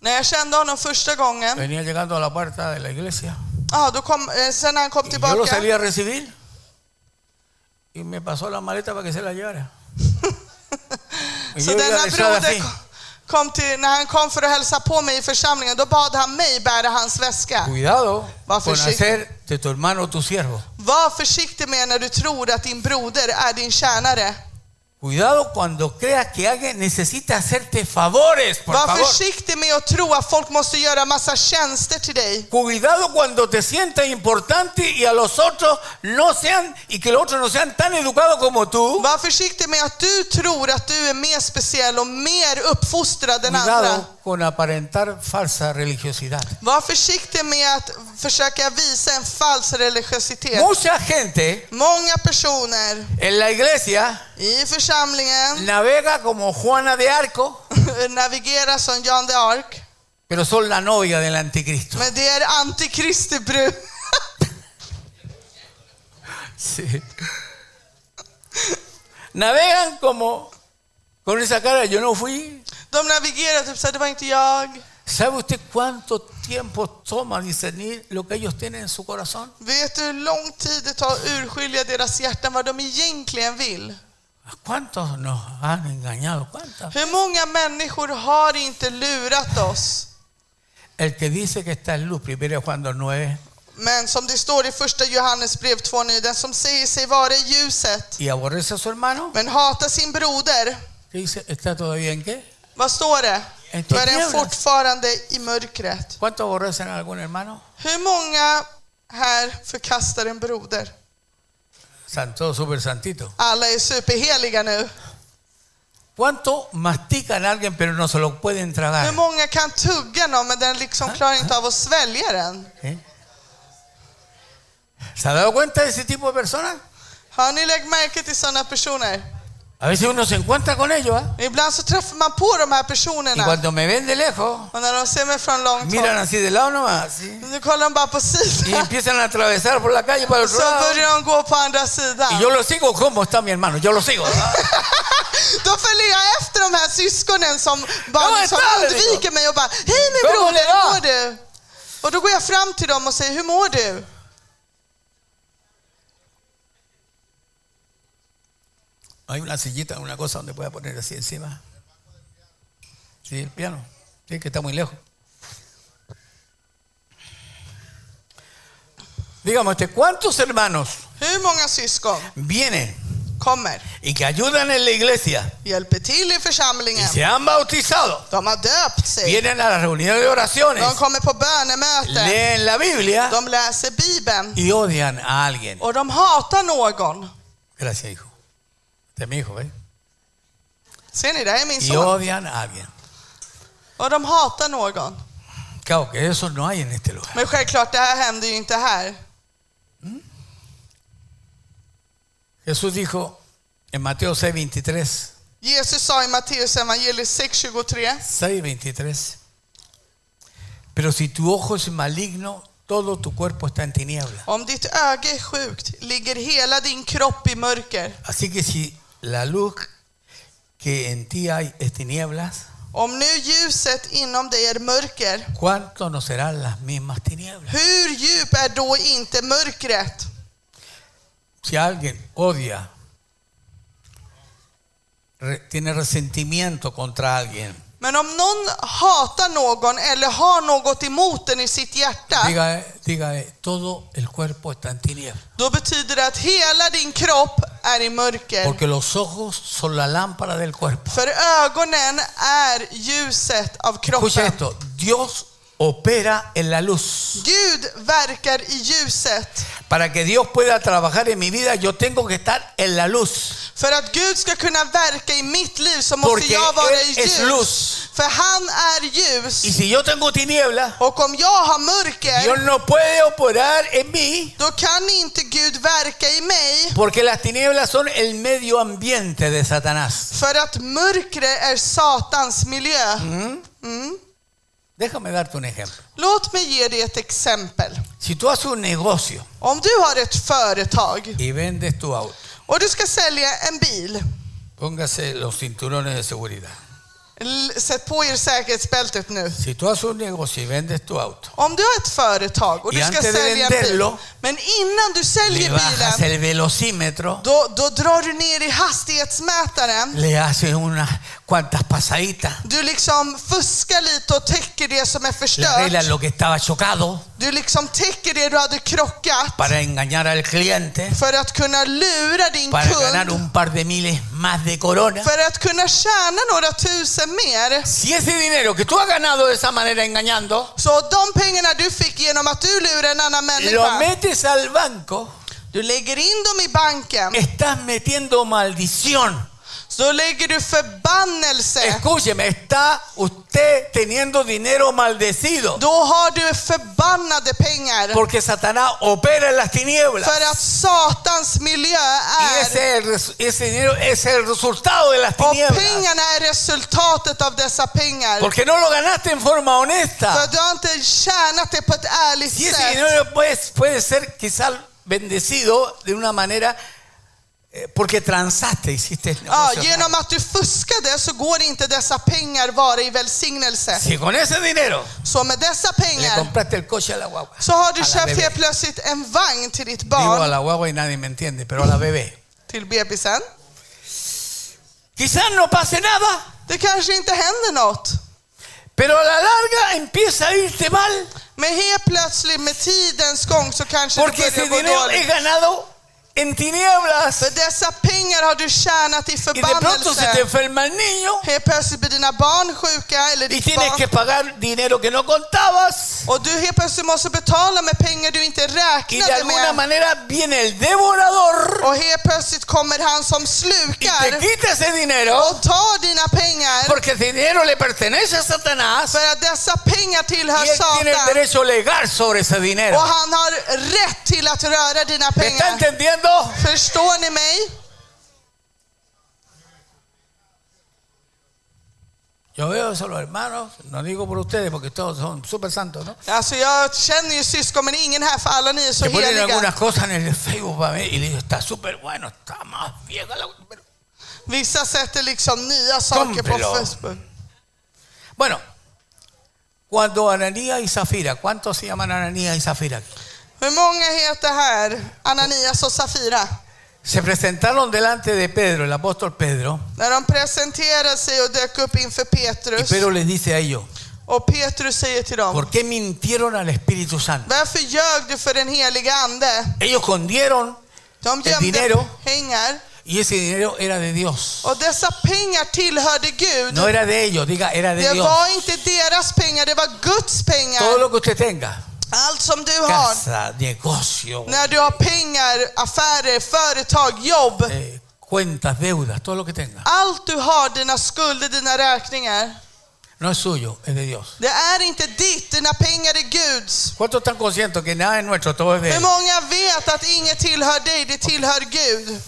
när jag kände honom första gången,
venía llegando a la puerta de la iglesia.
ja, då kom, eh, sen när han kom
Y yo lo
tillbaka,
salí a recibir y me pasó la maleta para que se la llevara. Y
så
yo iba
denna
besada
broder
así.
kom- kom till, när han kom för att hälsa på mig i församlingen, då bad han mig bära hans väska.
Cuidado
Ah. Va
con
försiktigt.
hacer de tu hermano tu siervo.
Var försiktig med när du tror att din broder är din tjänare.
Cuidado cuando creas que alguien necesita hacerte favores, por
Var
favor.
försiktig med att tro att folk måste göra massa tjänster till dig.
Cuidado cuando te sientas importante y a los otros no sean y que los otros no sean tan educados como tú.
Var försiktig med att du tror att du är mer speciell och mer uppfostrad än andra.
Cuidado con aparentar falsa religiosidad.
Var försiktig med att försöka visa en falsk religiositet.
Mucha gente
Många personer
en la iglesia
i församlingen
navega como Juana de Arco
navigerar som Jan de Ark
pero son la novia del anticristo.
Men det är antikristi brud.
Sí. Navegan como con esa cara, yo no fui.
De navigerar typ såhär, det var inte jag.
¿Sabe usted cuánto tiempo toma discernir lo que ellos tienen en su corazón?
Vet du hur lång tid det tar att urskilja deras hjärtan vad de egentligen vill?
¿Cuántos nos han engañado? ¿Cuántas?
Hur många människor har inte lurat oss?
El que dice que está en luz, primero Juan 2.9,
Men som det står i första Johannesbrev 2.9, den som säger sig vara i ljuset
y aborrece a su hermano,
men hatar sin broder,
¿qué dice? ¿Está todavía en qué?
vad står det?
En
Då är den
tinieblas.
fortfarande i mörkret.
¿Cuántos aborrecen a algún hermano?
Hur många här förkastar en broder?
Santo, súper santito.
Alla är superheliga nu.
¿Cuánto mastican a alguien pero no se lo pueden
Hur
tragar?
många kan tugga någon men den liksom klarar inte av att svälja den?
¿Eh? ¿Se ha dado cuenta de ese tipo de personas?
Har ni lagt märke till sådana personer?
A veces uno se encuentra con ellos ¿ah?
Ibland så träffar man på de här
y
personerna
cuando me ven de lejos,
och när de ser mig från långt
miran
håll,
así de lado nomás ¿sí?
nu kollar de bara på
y
sidan.
empiezan a atravesar por la calle para el
Så
otro lado.
börjar de gå på andra
Y
sidan.
yo lo sigo, ¿cómo está mi hermano? Yo lo sigo. ¿ah?
Då följer jag efter de här syskonen som
Ja,
bara
men
som
fan,
undviker mig och bara Hej min
Kom
broder,
och
hur
dra!
mår du? Och då går jag fram till dem och säger Hur mår du?
Hay una sillita, una cosa donde pueda poner así encima. Sí, el piano. Sí, que está muy lejos. Dígame usted, este, ¿cuántos hermanos
Hur många syskon
vienen
kommer?
y que ayudan en la iglesia
Hjälper till i
y
församlingen.
se han bautizado?
De har döpt sig.
Vienen a las reuniones de oraciones,
De kommer på bönemöten.
leen la Biblia
De läser Bibeln.
y odian a alguien.
Och de hatar någon.
Gracias, hijo. Este es mi hijo, ¿ves?
Ser ni, det här är min
Y
son.
odian a alguien.
Och de hatar någon.
Claro, que eso no hay en este lugar.
Men självklart, det här händer ju inte här.
Jesús dijo en Mateo 6, 23.
Jesus sa i Matteus evangeliet 6.23
6, 23. Pero si tu ojo es maligno, todo tu cuerpo está en tiniebla.
Om ditt öga är sjukt ligger hela din kropp i mörker.
Así que si la luz que en ti hay es tinieblas,
Om nu ljuset inom dig är mörker,
¿cuánto no serán las mismas tinieblas?
hur djup är då inte mörkret?
Si alguien odia, re- tiene resentimiento contra alguien,
Men om någon hatar någon eller har något emot den i sitt hjärta,
diga, diga, eh, todo el cuerpo está en tinieblas.
då betyder det att hela din kropp är i mörker.
Porque los ojos son la lámpara del cuerpo.
För ögonen är ljuset av
Escucha
kroppen.
esto, Dios opera en la luz.
Gud verkar i ljuset.
Para que Dios pueda trabajar en mi vida, yo tengo que estar en la luz.
För att Gud ska kunna verka i mitt liv så måste
Porque
jag vara i
él es luz.
ljus. För han är ljus.
Y si yo tengo tinieblas,
Och om jag har mörker,
Dios no puede operar en mí,
då kan inte Gud verka i mig.
porque las tinieblas son el medio ambiente de Satanás.
För att mörkret är Satans miljö.
Mm.
Mm.
Déjame darte un ejemplo.
Låt mig ge dig ett exempel.
Si tú haces un negocio
Om du har ett företag
y vendes tu auto,
och du ska sälja en bil,
póngase los cinturones de seguridad.
L- sätt på er säkerhetsbältet nu.
Si tú haces un negocio y vendes tu auto,
Om du har ett företag och du
Y
ska
antes de
sälja en bil,
venderlo,
men innan du
le
säljer
bajas
bilen,
el velocímetro,
då, då drar du ner i hastighetsmätaren.
le haces unas cuantas pasaditas,
Du liksom fuskar lite och täcker det som är
le
förstört.
arreglas lo que estaba chocado
Du liksom täcker det du hade krockat
para engañar al cliente.
för att kunna lura din
para ganar
kund,
un par de miles más de corona.
för att kunna tjäna några tusen mer.
Si ese dinero que tú has ganado de esa manera engañando,
Så de pengarna du fick genom att du lurar en annan
lo
människa,
metes al banco,
du lägger in dem i banken,
estás metiendo maldición
Då lägger du förbannelse.
Escúcheme, está usted teniendo dinero maldecido.
Då har du förbannade pengar.
Porque Satanás opera en las tinieblas.
För att Satans miljö
Y
är
ese, es el resu- ese dinero es el resultado de las
och
tinieblas.
pengarna är resultatet av dessa pengar.
Porque no lo ganaste en forma
För
honesta.
du har inte tjänat det på ett ärligt
Y ese
sätt.
dinero pues, puede ser quizás bendecido de una manera eh, porque transaste, hiciste el
Ja,
negocio.
genom att du fuskade så går inte dessa pengar vara i välsignelse.
Si con ese dinero
Så med dessa
le
pengar
compraste el coche a la guagua,
så har du
Alla
köpt
bebé.
helt plötsligt en vagn till ditt
digo a
barn,
la guagua y nadie me entiende, pero a la bebé.
till bebisen.
Quizás no pase nada,
Det kanske inte händer något.
pero a la larga empieza a irte mal
Men helt plötsligt med tidens gång så kanske det
porque ese
börjar gå
dinero es
dåligt.
ganado en tinieblas
För dessa pengar har du tjänat i
y de pronto se te
förbannelse.
enferma el niño
Helt plötsligt blir dina barn sjuka eller
y
ditt
tienes
barn.
que pagar dinero que no contabas
Och du helt plötsligt måste betala med pengar du inte
y de
räknade
alguna
med.
manera viene el devorador
Och helt plötsligt kommer han som
y te
slukar
quita ese dinero
och tar dina pengar.
porque ese dinero le pertenece a Satanás
För att dessa pengar tillhör
y él tiene el
Satan.
derecho legal sobre ese
Och
dinero.
han har rätt till att röra dina
¿Me está
pengar.
entendiendo?
Förstår ni mig?
Yo veo eso a los hermanos, no digo por ustedes porque todos son súper santos, ¿no?
Alltså jag känner ju syskon men ingen här för alla ni är så
Se ponen
heliga.
algunas cosas en el Facebook para mí y le digo, está súper bueno, está más vieja la... pero-".
Vissa sätter liksom nya saker på
Kompelo.
Facebook.
Bueno, cuando Ananías y Zafira, ¿cuántos se llaman Ananías y Zafira?
Hur många heter här Ananias och Safira?
Se presentaron delante de Pedro, el apóstol Pedro,
När de presenterade sig och dök upp inför
y
Petrus.
Pedro les dice a ellos,
Och Petrus säger till dem.
¿por qué mintieron al Espíritu Santo?
Varför ljög du för den heliga ande?
Ellos escondieron
De
El
gömde
dinero.
pengar.
y ese dinero era de Dios.
Och dessa pengar tillhörde Gud.
No era de ellos, diga, era de
Det
Dios.
var inte deras pengar, det var Guds
Todo
pengar.
lo que usted tenga,
Allt som du har.
casa, negocio,
När du har pengar, affärer, företag, jobb.
eh, cuentas, deudas, todo lo que tenga,
Allt du har, dina skulder, dina räkningar.
no es suyo, es de Dios.
Det är inte ditt, dina pengar är Guds.
¿Cuántos están conscientes que nada es nuestro, todo es de
Hur
Él?
många vet att inget tillhör dig, det tillhör Gud?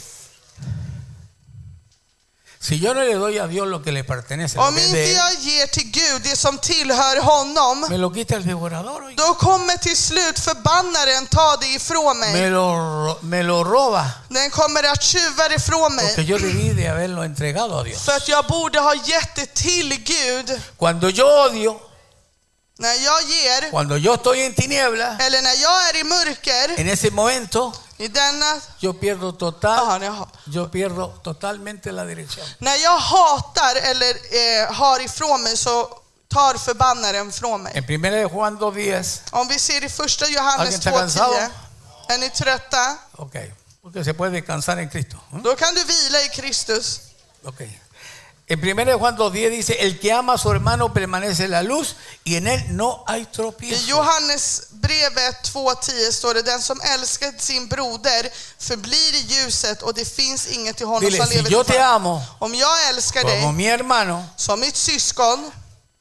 Si yo no le doy a Dios lo que le pertenece, lo
Om
que es
inte
de Él,
jag ger till Gud det som tillhör honom,
me lo quita el devorador, oiga.
då kommer till slut förbannaren ta det ifrån mig.
me lo, ro- me lo roba,
Den kommer att tjuva det ifrån
porque
mig.
yo debí de haberlo entregado a Dios.
För att jag borde ha gett det till Gud.
Cuando yo odio,
När jag ger,
cuando yo estoy en tinieblas,
eller när jag är i mörker,
en ese momento
i denna...
yo pierdo total,
Jaha, när jag har-
yo pierdo totalmente la dirección.
När jag hatar eller eh, har ifrån mig så tar förbannaren från mig.
En 1 de Juan 2.10,
Om vi ser i första
Alguien
Johannes
está cansado?
2.10. Är ni trötta?
ok, porque se puede descansar en Cristo. ¿eh?
Då kan du vila i Kristus.
Ok. En 1 de Juan 2.10 dice, el que ama a su hermano permanece en la luz y en él no hay
I
tropiezo.
Johannes brevet 2.10 står det Den som älskar sin broder förblir i ljuset och det finns inget i honom
Dile,
som
si
lever
yo
i
te
far."
amo
Om jag älskar
como
dig
mi hermano,
som mitt syskon,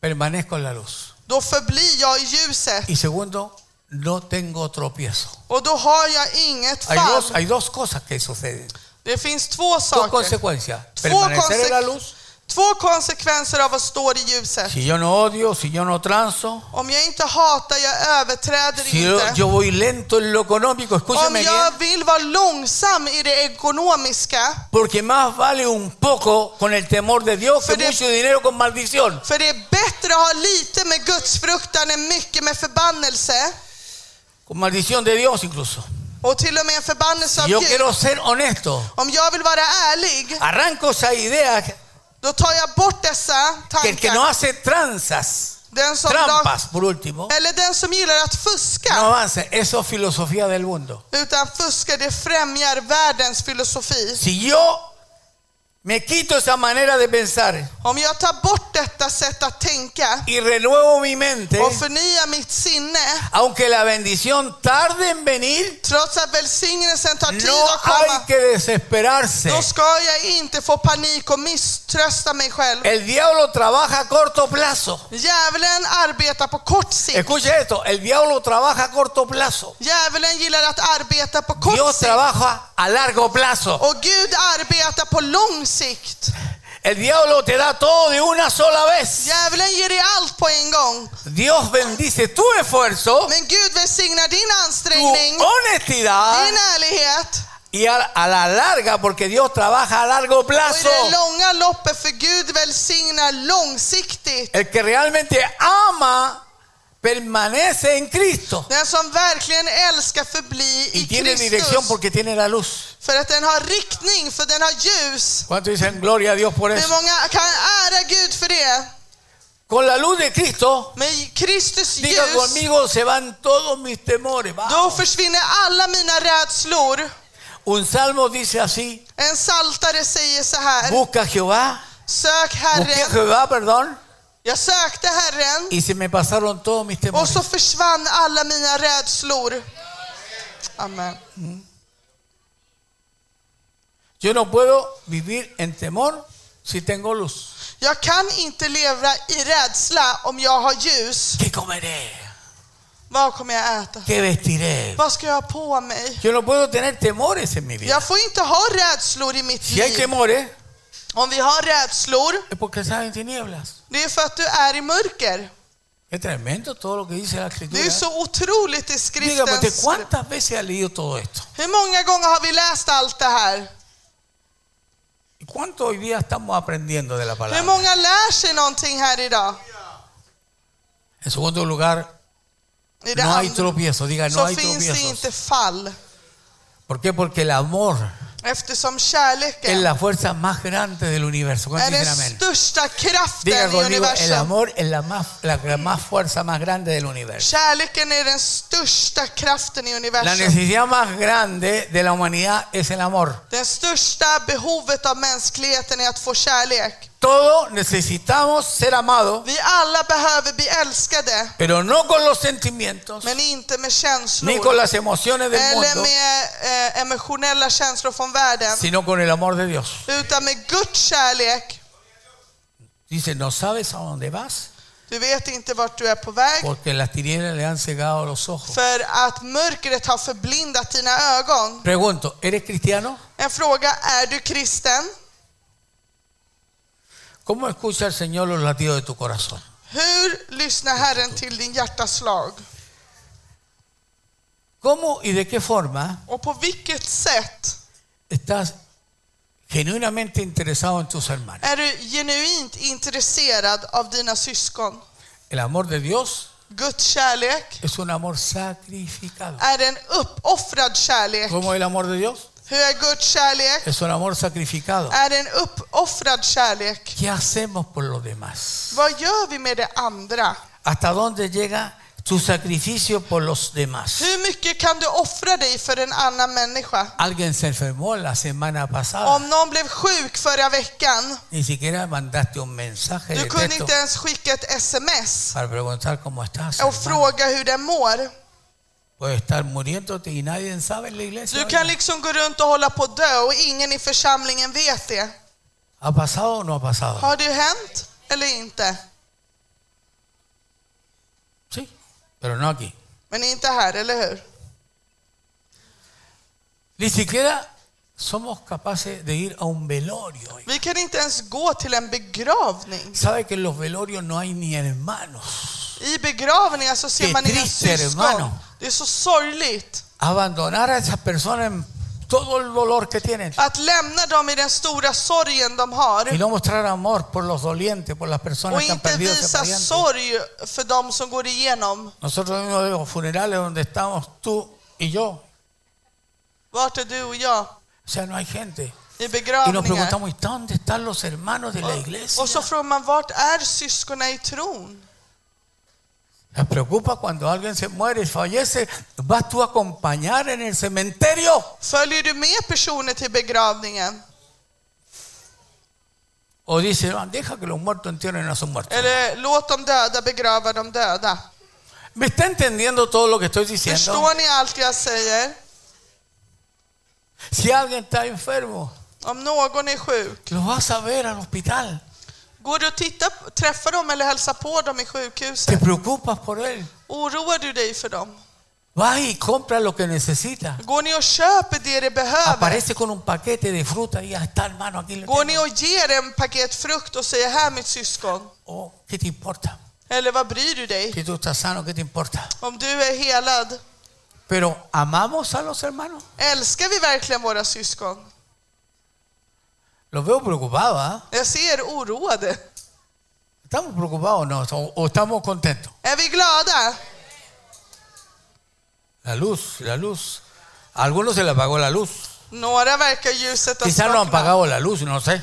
permanezco en la luz.
då förblir jag i ljuset
Y segundo, no tengo tropiezo.
och då har jag inget
Hay dos,
fall.
hay dos cosas que suceden.
Det finns två
Dos
saker.
consecuencias.
Två
Permanecer en la
conse-
luz.
Två konsekvenser av att stå i ljuset.
Si yo no odio, si yo no transo,
Om jag inte hatar, jag överträder
si yo,
inte.
yo voy lento en lo económico,
Om
escúchame
jag
bien,
vill vara långsam i det ekonomiska,
porque más vale un poco con el temor de Dios que
Pero-
mucho dinero con maldición.
För det är bättre att ha lite med gudsfruktan än mycket med förbannelse.
Con maldición de Dios incluso.
Och till och med en förbannelse av
Si yo
Gud.
quiero ser honesto,
Om jag vill vara ärlig,
arranco esa idea
då tar jag bort dessa
que el que no
tankar.
hace tranzas,
Den som
trampas por último,
eller den som gillar att
no
fuska,
avance. Eso es filosofía del mundo.
utan fuska det främjar världens filosofi.
Si yo Me quito esa manera de pensar
Om jag tar bort detta sätt att tänka
y renuevo mi mente,
och förnyar mitt sinne,
aunque la bendición tarde en venir,
trots att välsignelsen tar tid
no
att
hay
komma,
que desesperarse.
då ska jag inte få panik och misströsta mig själv.
El diablo trabaja a corto plazo.
Djävulen arbetar på kort sikt.
Escucha esto, el diablo trabaja a corto plazo.
Djävulen gillar att arbeta på kort
Dios
sikt.
trabaja a largo plazo.
Och Gud arbetar på lång sikt.
El diablo te da todo de una sola vez.
Djävulen ger dig allt på en gång.
Dios bendice tu esfuerzo,
Men Gud välsignar din
tu
ansträngning,
honestidad
din ärlighet.
y a, a la larga, porque Dios trabaja a largo
Och i
plazo.
det långa loppet, för Gud välsignar långsiktigt.
El que realmente ama permanece en Cristo
Den som verkligen älskar förbli
y
i
tiene dirección
Kristus.
porque tiene la luz.
För att den har riktning, för den har ljus.
¿Cuánto dicen gloria a Dios por
Hur
eso?
många kan ära Gud för det?
Con la luz de Cristo,
Med Kristus
diga
ljus,
conmigo, se van todos mis temores. Va.
då försvinner alla mina rädslor.
Un salmo dice así,
En saltare säger så här.
busca a Jehová,
Sök
busqué a
Herren.
Jehová, perdón,
Jag sökte Herren
y se me pasaron todos mis
och
temores.
så försvann alla mina rädslor. Amen.
Yo no puedo vivir en temor si tengo luz.
Jag kan inte leva i rädsla om jag har ljus.
¿Qué comeré?
Vad kommer jag äta?
¿Qué vestiré?
Vad ska jag ha på mig?
Yo no puedo tener temores en mi vida.
Jag får inte ha rädslor i mitt
Si hay
liv.
temores,
Om vi har rädslor,
es porque saben tinieblas.
det är för att du är i mörker.
Es tremendo todo lo que dice la
Det
escritura.
är ju så otroligt i
Dígame usted,
skriftens...
¿cuántas veces ha leído todo esto?
Hur många gånger har vi läst allt det här?
¿Y cuánto hoy día estamos aprendiendo de la
Hur
palabra?
många lär sig någonting här idag?
En segundo lugar,
I det
no hay
andra
tropiezo. Diga, no
så
hay
finns det inte
tropiezos.
fall.
¿Por qué? Porque el amor
Eftersom
es
kärleken
la fuerza más grande del universo.
är
¿Cuánto dicen
den
amén?
största kraften
Diga
i
conmigo, el
universum.
amor es la más, la, la más fuerza más grande del universo.
Kärleken är den största kraften i
La
universum.
necesidad más grande de la humanidad es el amor.
Det största behovet av mänskligheten är att få kärlek.
Todos necesitamos ser amados,
Vi alla behöver bli älskade,
pero no con los sentimientos,
men inte med
ni con
känslor.
las emociones del
Eller
mundo,
med eh, emotionella känslor från världen.
sino con el amor de Dios.
Utan med Guds kärlek.
Dice, no sabes a dónde vas,
Du vet inte vart du är på väg.
porque las tinieblas le han cegado los ojos.
För att mörkret har förblindat dina ögon.
Pregunto, ¿eres cristiano?
En fråga, är du kristen?
¿Cómo escucha el Señor los latidos de tu corazón?
Hur lyssnar Herren till din hjärtaslag?
¿Cómo y de qué forma
Och på vilket sätt
estás genuinamente interesado en tus hermanos?
är du genuint intresserad av dina syskon?
El amor de Dios
Guds kärlek
es un amor sacrificado.
är en uppoffrad kärlek.
¿Cómo es el amor de Dios?
Hur är Guds kärlek?
Es un amor sacrificado.
Är en uppoffrad kärlek.
¿Qué hacemos por los demás?
Vad gör vi med det andra?
¿Hasta dónde llega tu sacrificio por los demás?
Hur mycket kan du offra dig för en annan människa?
Alguien se enfermó la semana pasada.
Om någon blev sjuk förra veckan,
Ni siquiera mandaste un mensaje
du
de
kunde
texto
inte ens skicka ett sms
para preguntar cómo estás.
och
hermano.
fråga hur den mår.
Puedes estar muriéndote y nadie sabe en la iglesia.
Du
oiga.
kan liksom gå runt och hålla på att dö och ingen i församlingen vet det.
¿Ha pasado o no ha pasado?
Har det hänt eller inte?
Sí, pero no aquí.
Men inte här, eller hur?
Ni siquiera somos capaces de ir a un velorio. oiga.
Vi kan inte ens gå till en begravning.
¿Sabe que en los velorios no hay ni hermanos?
I begravningar så ser
Det är
man inga
trist, är det,
syskon.
mano.
Det är så sorgligt.
Abandonar a esas personas en todo el dolor que tienen
Att lämna dem i den stora sorgen de
y
har
no mostrar amor por los dolientes, por las
och
personas que han
inte
perdido a ese
visa
pariente.
sorg för de som går igenom.
Nosotros mismos de los funerales donde estamos tú y yo.
Vart är du och jag?
O sea, no hay gente.
I
Y nos
begravningar.
preguntamos, ¿y dónde están los hermanos de la iglesia?
Och så frågar man, vart är syskonen i tron?
Nos preocupa cuando alguien se muere y fallece, ¿vas tú a acompañar en el cementerio?
Följer du med personer till begravningen?
O dice, "Ah, deja que los muertos entierren a sus muertos.
Eller låt de döda begrava de döda.
¿Me está entendiendo todo lo que estoy diciendo?
Förstår ni allt jag säger?
Si alguien está enfermo,
Om någon är sjuk,
lo vas a ver al hospital.
går du och tittar, träffar dem eller hälsar på dem i sjukhuset?
Te preocupas por él.
Oroar du dig för dem?
Vas y compra lo que necesita.
Går ni och köper det de behöver?
Aparece con un paquete de fruta y ya está, hermano, aquí lo tengo.
Går ni och ger en paket frukt och säger här mitt syskon?
Oh, ¿Qué te importa?
Eller vad bryr du dig?
Si tú estás sano, ¿qué te importa?
Om du är helad,
Pero amamos a los hermanos.
älskar vi verkligen våra syskon?
Los veo preocupados. ¿ah?
Jag ser er oroade.
¿Estamos preocupados o no? ¿O- ¿O estamos contentos?
Är vi glada?
La luz, la luz. A algunos se le apagó la luz.
Några verkar ljuset ha
Quizás no han
slocknat.
pagado la luz, no sé.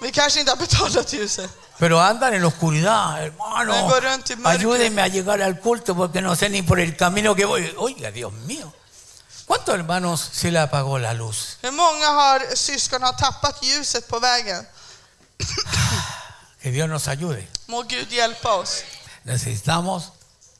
Vi kanske inte har betalat ljuset.
Pero andan en la oscuridad, hermano.
Me acuerdo en Timarca.
Ayúdenme a llegar al culto porque no sé ni por el camino que voy. Oiga, Dios mío. ¿Cuántos hermanos se le apagó la luz?
Hur många har, syskon har tappat ljuset på vägen?
Que Dios nos ayude.
Må Gud hjälpa oss.
Necesitamos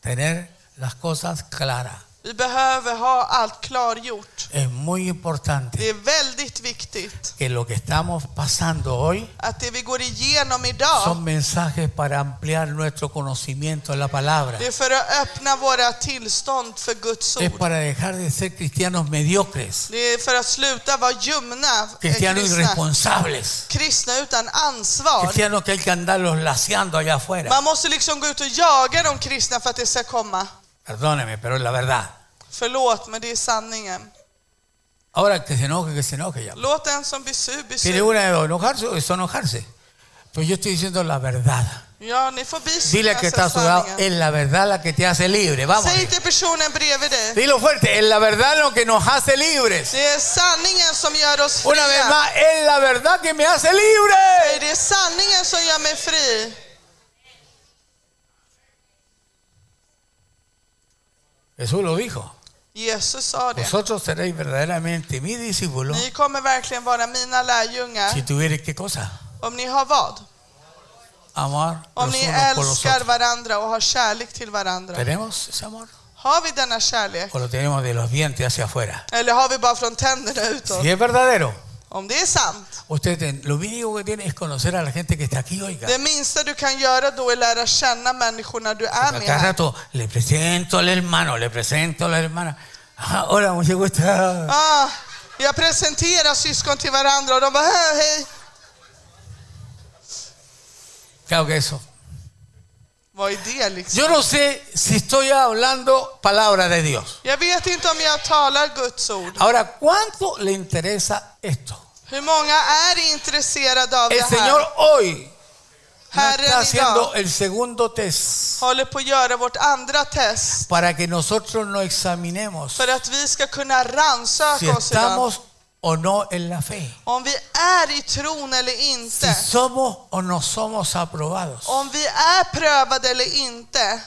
tener las cosas claras.
Vi behöver ha allt klargjort.
Es muy importante
Det är väldigt viktigt
que lo que estamos pasando hoy
att det vi går igenom idag,
son mensajes para ampliar nuestro conocimiento de la palabra.
det är för att öppna våra tillstånd för Guds
Es
ord.
para dejar de ser cristianos mediocres,
Det är för att sluta vara ljumna eh,
cristianos
kristna.
irresponsables,
Kristna utan ansvar.
cristianos que hay que andarlos laceando allá afuera.
Man måste liksom gå ut och jaga de kristna för att det ska komma.
Perdóneme, pero es la verdad.
Förlåt, men det är sanningen.
Ahora que se enoje, que se enoje ya.
Låt den som blir sur bli
Tiene
sur.
una de enojarse o desenojarse. Pero yo estoy diciendo la verdad.
Ja, ni får bli
Dile al
sura,
que está a
säger
su lado,
sanningen.
es la verdad la que te hace libre. Vamos.
Säg till personen bredvid dig.
Dilo fuerte, es la verdad lo que nos hace libres.
Det är sanningen som gör oss
Una vez
fria.
más, es la verdad que me hace
Säg,
libre.
Det är sanningen som gör mig fri.
Jesús lo dijo.
Jesus sa det.
Vosotros seréis verdaderamente mi discípulo
Ni kommer verkligen vara mina
si
lärjungar
tuvierais qué cosa?
om ni har vad?
Amar
Om
los
ni
unos por los
älskar
otros.
varandra och har kärlek till varandra.
¿Tenemos ese amor?
Har vi denna kärlek?
¿O lo tenemos de los dientes hacia afuera?
Eller har vi bara från tänderna utåt?
Si es verdadero,
Om det är sant.
usted ten- lo único que tiene es conocer a la gente que está aquí, oiga.
Det minsta du kan göra då är lära känna människorna du är med
Cada
här.
rato le presento al hermano, le presento a la hermana. Ah, hola, mucho gusto. Ah,
Ah, jag presenterar syskon till varandra och de bara hej, hej.
Claro que eso.
Vad är det liksom?
Yo no sé si estoy hablando palabra de Dios.
Jag vet inte om jag talar Guds ord.
Ahora, ¿cuánto le interesa esto?
Hur många är intresserade av
El
det här?
Señor hoy nos está
Herren
haciendo
idag
el segundo test
håller på att göra vårt andra test
para que nosotros nos examinemos
för att vi ska kunna rannsöka
si
oss idag.
estamos o no en la fe,
Om vi är i tron eller
si
inte.
somos o no somos aprobados.
Om vi är prövade eller inte.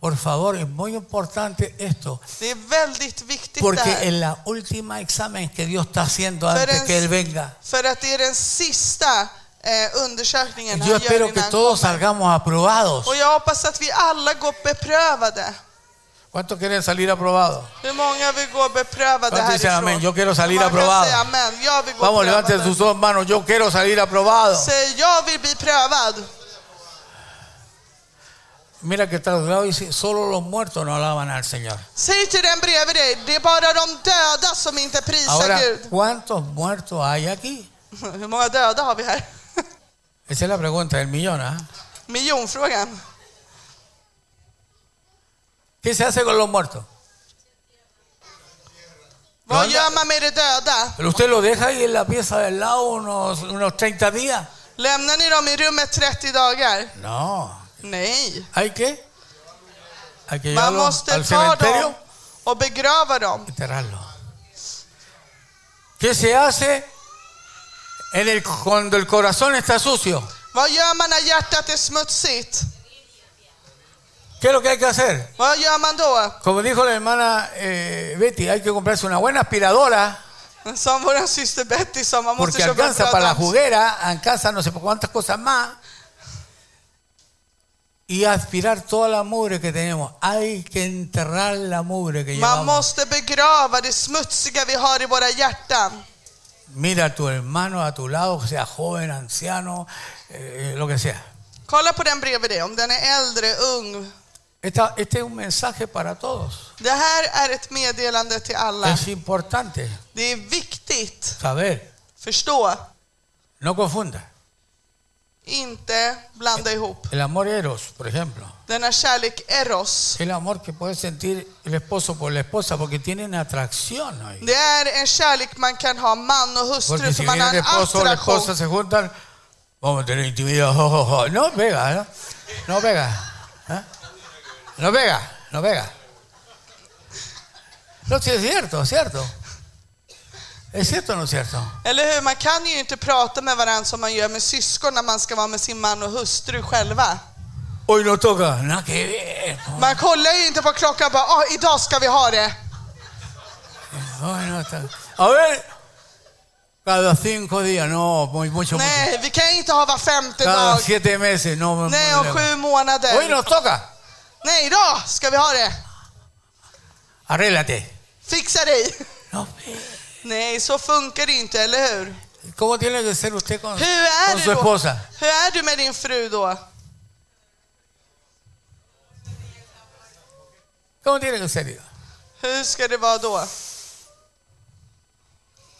Por favor, es muy importante esto.
Det är väldigt viktigt det
Porque
här.
en la última examen que Dios está haciendo
Pero
antes
en-
que Él venga,
För att det är den sista eh, undersökningen
yo
han gör
espero que
innan han
todos
kommer.
salgamos aprobados.
Och jag hoppas att vi alla går beprövade.
¿Cuántos quieren salir aprobados?
Hur många vill gå beprövade
Cuántos dicen
härifrån?
amen? Yo quiero salir
Man kan
aprobado.
säga amen. Jag vill gå
Vamos, levanten
prövad.
sus dos manos. Yo quiero salir aprobado.
Säg jag vill bli prövad.
Mira que está al lado y dice, solo los muertos no alaban al Señor.
Säg till den bredvid dig, det är bara de döda som inte prisar
Ahora,
Gud.
¿cuántos muertos hay aquí?
Hur många döda har vi här?
Esa es la pregunta del millón. ¿ah?
Miljonfrågan.
¿Qué se hace con los muertos?
Vad
Döda?
gör man med de döda?
¿Pero usted lo deja ahí en la pieza del lado unos, unos 30 días?
Lämnar ni dem i rummet 30 dagar?
No.
Nej.
¿Hay qué? Hay que
Man
llevarlos
måste
al
ta dem
cementerio.
och begrava dem.
enterrarlo. ¿Qué se hace en el- cuando el corazón está sucio?
Vad gör man när hjärtat är smutsigt?
¿Qué es lo que hay que hacer?
Vad gör man då?
Como dijo la hermana eh, Betty, hay que comprarse una buena aspiradora
Som vår syster Betty sa, man måste
porque
köpa
alcanza para la
brödhamster.
juguera, alcanza no sé por cuántas cosas más. Y aspirar toda la mugre que tenemos. Hay que enterrar la mugre que
Man
llevamos.
måste begrava det smutsiga vi har i våra hjärtan.
Mira a tu hermano a tu lado, sea joven, anciano, eh, lo que sea.
Kolla på den bredvid dig, om den är äldre, ung.
Esta- este es un mensaje para todos.
Det här är ett meddelande till alla.
Es importante
Det är viktigt.
saber,
Förstå.
no confunda.
Inte blanda ihop.
El amor eros, por ejemplo.
Denna kärlek eros.
El amor que puede sentir el esposo por la esposa porque tienen atracción ahí.
Det är en kärlek man kan ha man och
Porque
hustru
si
för man
viene
har
el
en
esposo o la esposa
attraktion.
se juntan, vamos a tener intimidad. jo, jo, jo. No pega, ¿no? No pega. ¿eh? No pega, no pega. No, sí, es cierto, es cierto. ¿Es cierto o no es cierto?
Eller hur? Man kan ju inte prata med varandra som man gör med syskon när man ska vara med sin man och hustru själva.
Hoy no pues, toca, nada que ver. ¿no?
Man kollar ju inte på klockan och bara ah, idag ska vi ha det.
Hoy no toca. A ver, cada cinco días, no, muy, mucho, mucho.
Nej, vi kan inte ha var femte
Cada
dag.
siete meses, no.
Nej, om sju
Hoy
månader.
nos toca.
Nej, idag ska vi ha det.
Arréglate.
Fixa dig.
No.
Nej, så funkar det inte, eller hur?
¿Cómo tiene que ser usted con,
Hur är
con
det
su
då?
esposa?
Hur är du med din fru då?
¿Cómo tiene que ser?
Hur ska det vara då?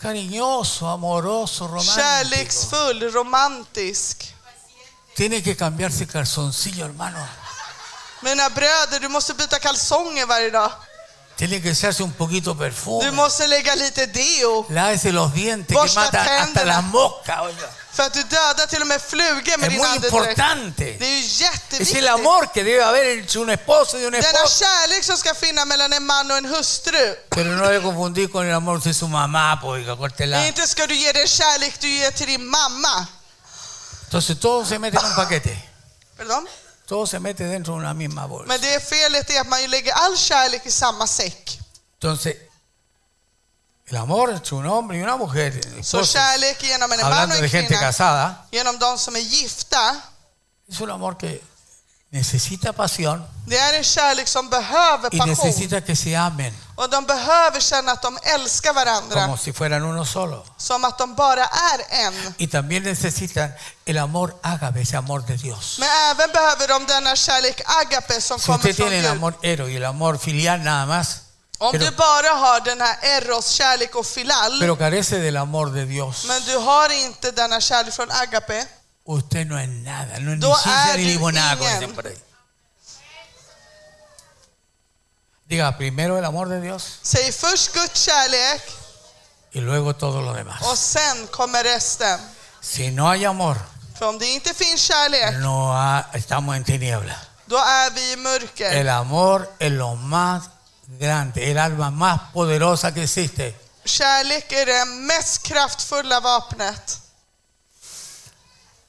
Cariñoso, amoroso, romántico.
Kärleksfull, romantisk.
Tiene que cambiarse el calzoncillo, hermano.
Mina bröder, du måste byta kalsonger varje dag.
Tiene que echarse un poquito
Du
perfume.
måste lägga lite deo.
Lávese los dientes que
Borsta
matan hasta
tänderna.
las moscas. oiga.
För att du dödar till och med flugor med
Es
din
muy
andedräkt.
importante.
Det är ju
Es el
jätteviktigt.
amor que debe haber entre un esposo y una
Denna
esposa.
kärlek som ska finnas mellan en man och en hustru.
Pero no debe confundir con el amor de su mamá, pues, oiga, córtela.
Inte ska du ge den kärlek du ger till din mamma.
Entonces todo se mete en un paquete.
Pardon?
Todo se mete dentro de una misma bolsa.
Men det felet är att man ju lägger all kärlek i samma säck.
Entonces, el amor entre un hombre y una mujer,
Så
esposos,
kärlek genom en man
hablando
och
de
en
gente
kvinna,
casada,
genom de som är gifta,
es un amor que necesita pasión
det är en kärlek som behöver
y
passion.
necesita que se amen
Och de behöver känna att de älskar
como
varandra,
si fueran uno solo.
som att de bara är en.
Y también necesitan el amor ágabe, ese amor de Dios.
Men även behöver de denna kärlek agape som
Si
kommer
usted
från
tiene el
Gud.
amor ero y el amor filial nada más,
Om
pero,
du bara har den här eros, kärlek och filal,
pero carece del amor de Dios,
men du har inte denna kärlek från agape,
usted no es nada, no es ni
Då
ciencia
är
ni
du
limonada, como
ingen.
dicen por ahí. Diga, primero el amor de Dios.
Säg först Guds kärlek
y luego todo lo demás.
och sen kommer resten.
Si no hay amor,
För om det inte finns kärlek,
no ha- estamos en tinieblas.
då är vi i mörker.
El amor es lo más grande, el arma más poderosa que existe.
Kärlek är det mest kraftfulla vapnet.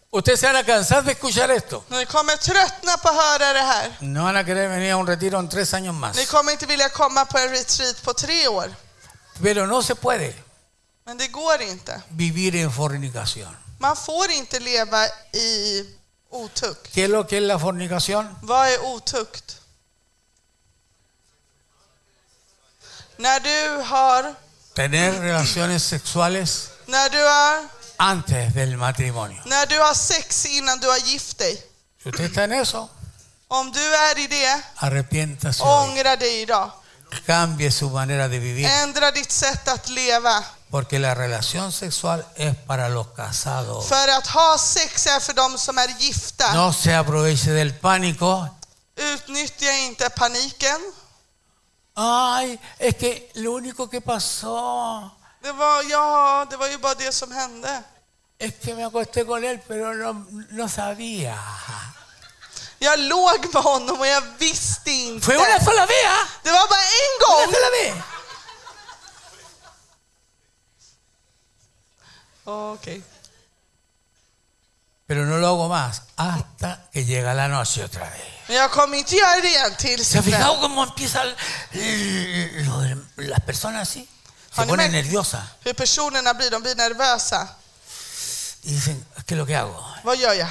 Usted se van a cansar de escuchar esto.
Ni kommer tröttna på att höra det här.
No van a querer venir a un retiro en tres años más.
Ni kommer inte vilja komma på en retreat på tre år.
Pero no se puede
Men det går inte.
vivir en fornicación.
Man får inte leva i otukt.
¿Qué es lo que es la fornicación?
Vad är otukt? När du har,
Tener relaciones sexuales
när du har,
antes del matrimonio.
när du har sex innan du har gift dig.
Si usted está en eso,
Om du är i det,
arrepiéntase. hoy.
ångra dig idag.
Cambie su manera de vivir.
Ändra ditt sätt att leva.
Porque la relación sexual es para los casados.
För att ha sex är för de som är gifta.
No se aproveche del pánico.
Utnyttja inte paniken.
Ay, es que lo único que pasó
Det var, ja, det var ju bara det som hände.
es que me acosté con él, pero no, no sabía.
Jag låg med honom och jag visste inte.
Fue una sola vez, ¿ah?
Det var bara en
Una
gång.
sola vez.
Okej.
Pero no lo hago más hasta que llega la noche otra vez.
Men jag kommer inte göra det igen tills
¿Se ha fijado cómo empiezan lo de las personas así? se
Har ni
pone
märkt?
nerviosa
Hur personerna blir, de blir nervösa.
y dicen, ¿qué es lo que hago?
Vad gör jag?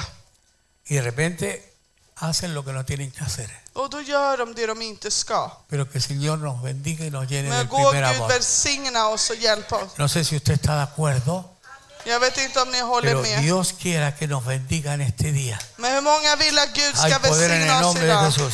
Y de repente hacen lo que no tienen que hacer.
Och då gör de det de inte ska.
Pero que el Señor nos bendiga y nos llene
Men
del
gå
primer
Gud
amor.
välsigna oss och hjälp oss.
No sé si usted está de acuerdo,
Jag vet inte om ni håller
pero
med.
Dios quiera que nos bendiga en este día.
Men hur många vill att Gud
Hay
ska
poder en el
välsigna oss
nombre de
idag?
Jesús.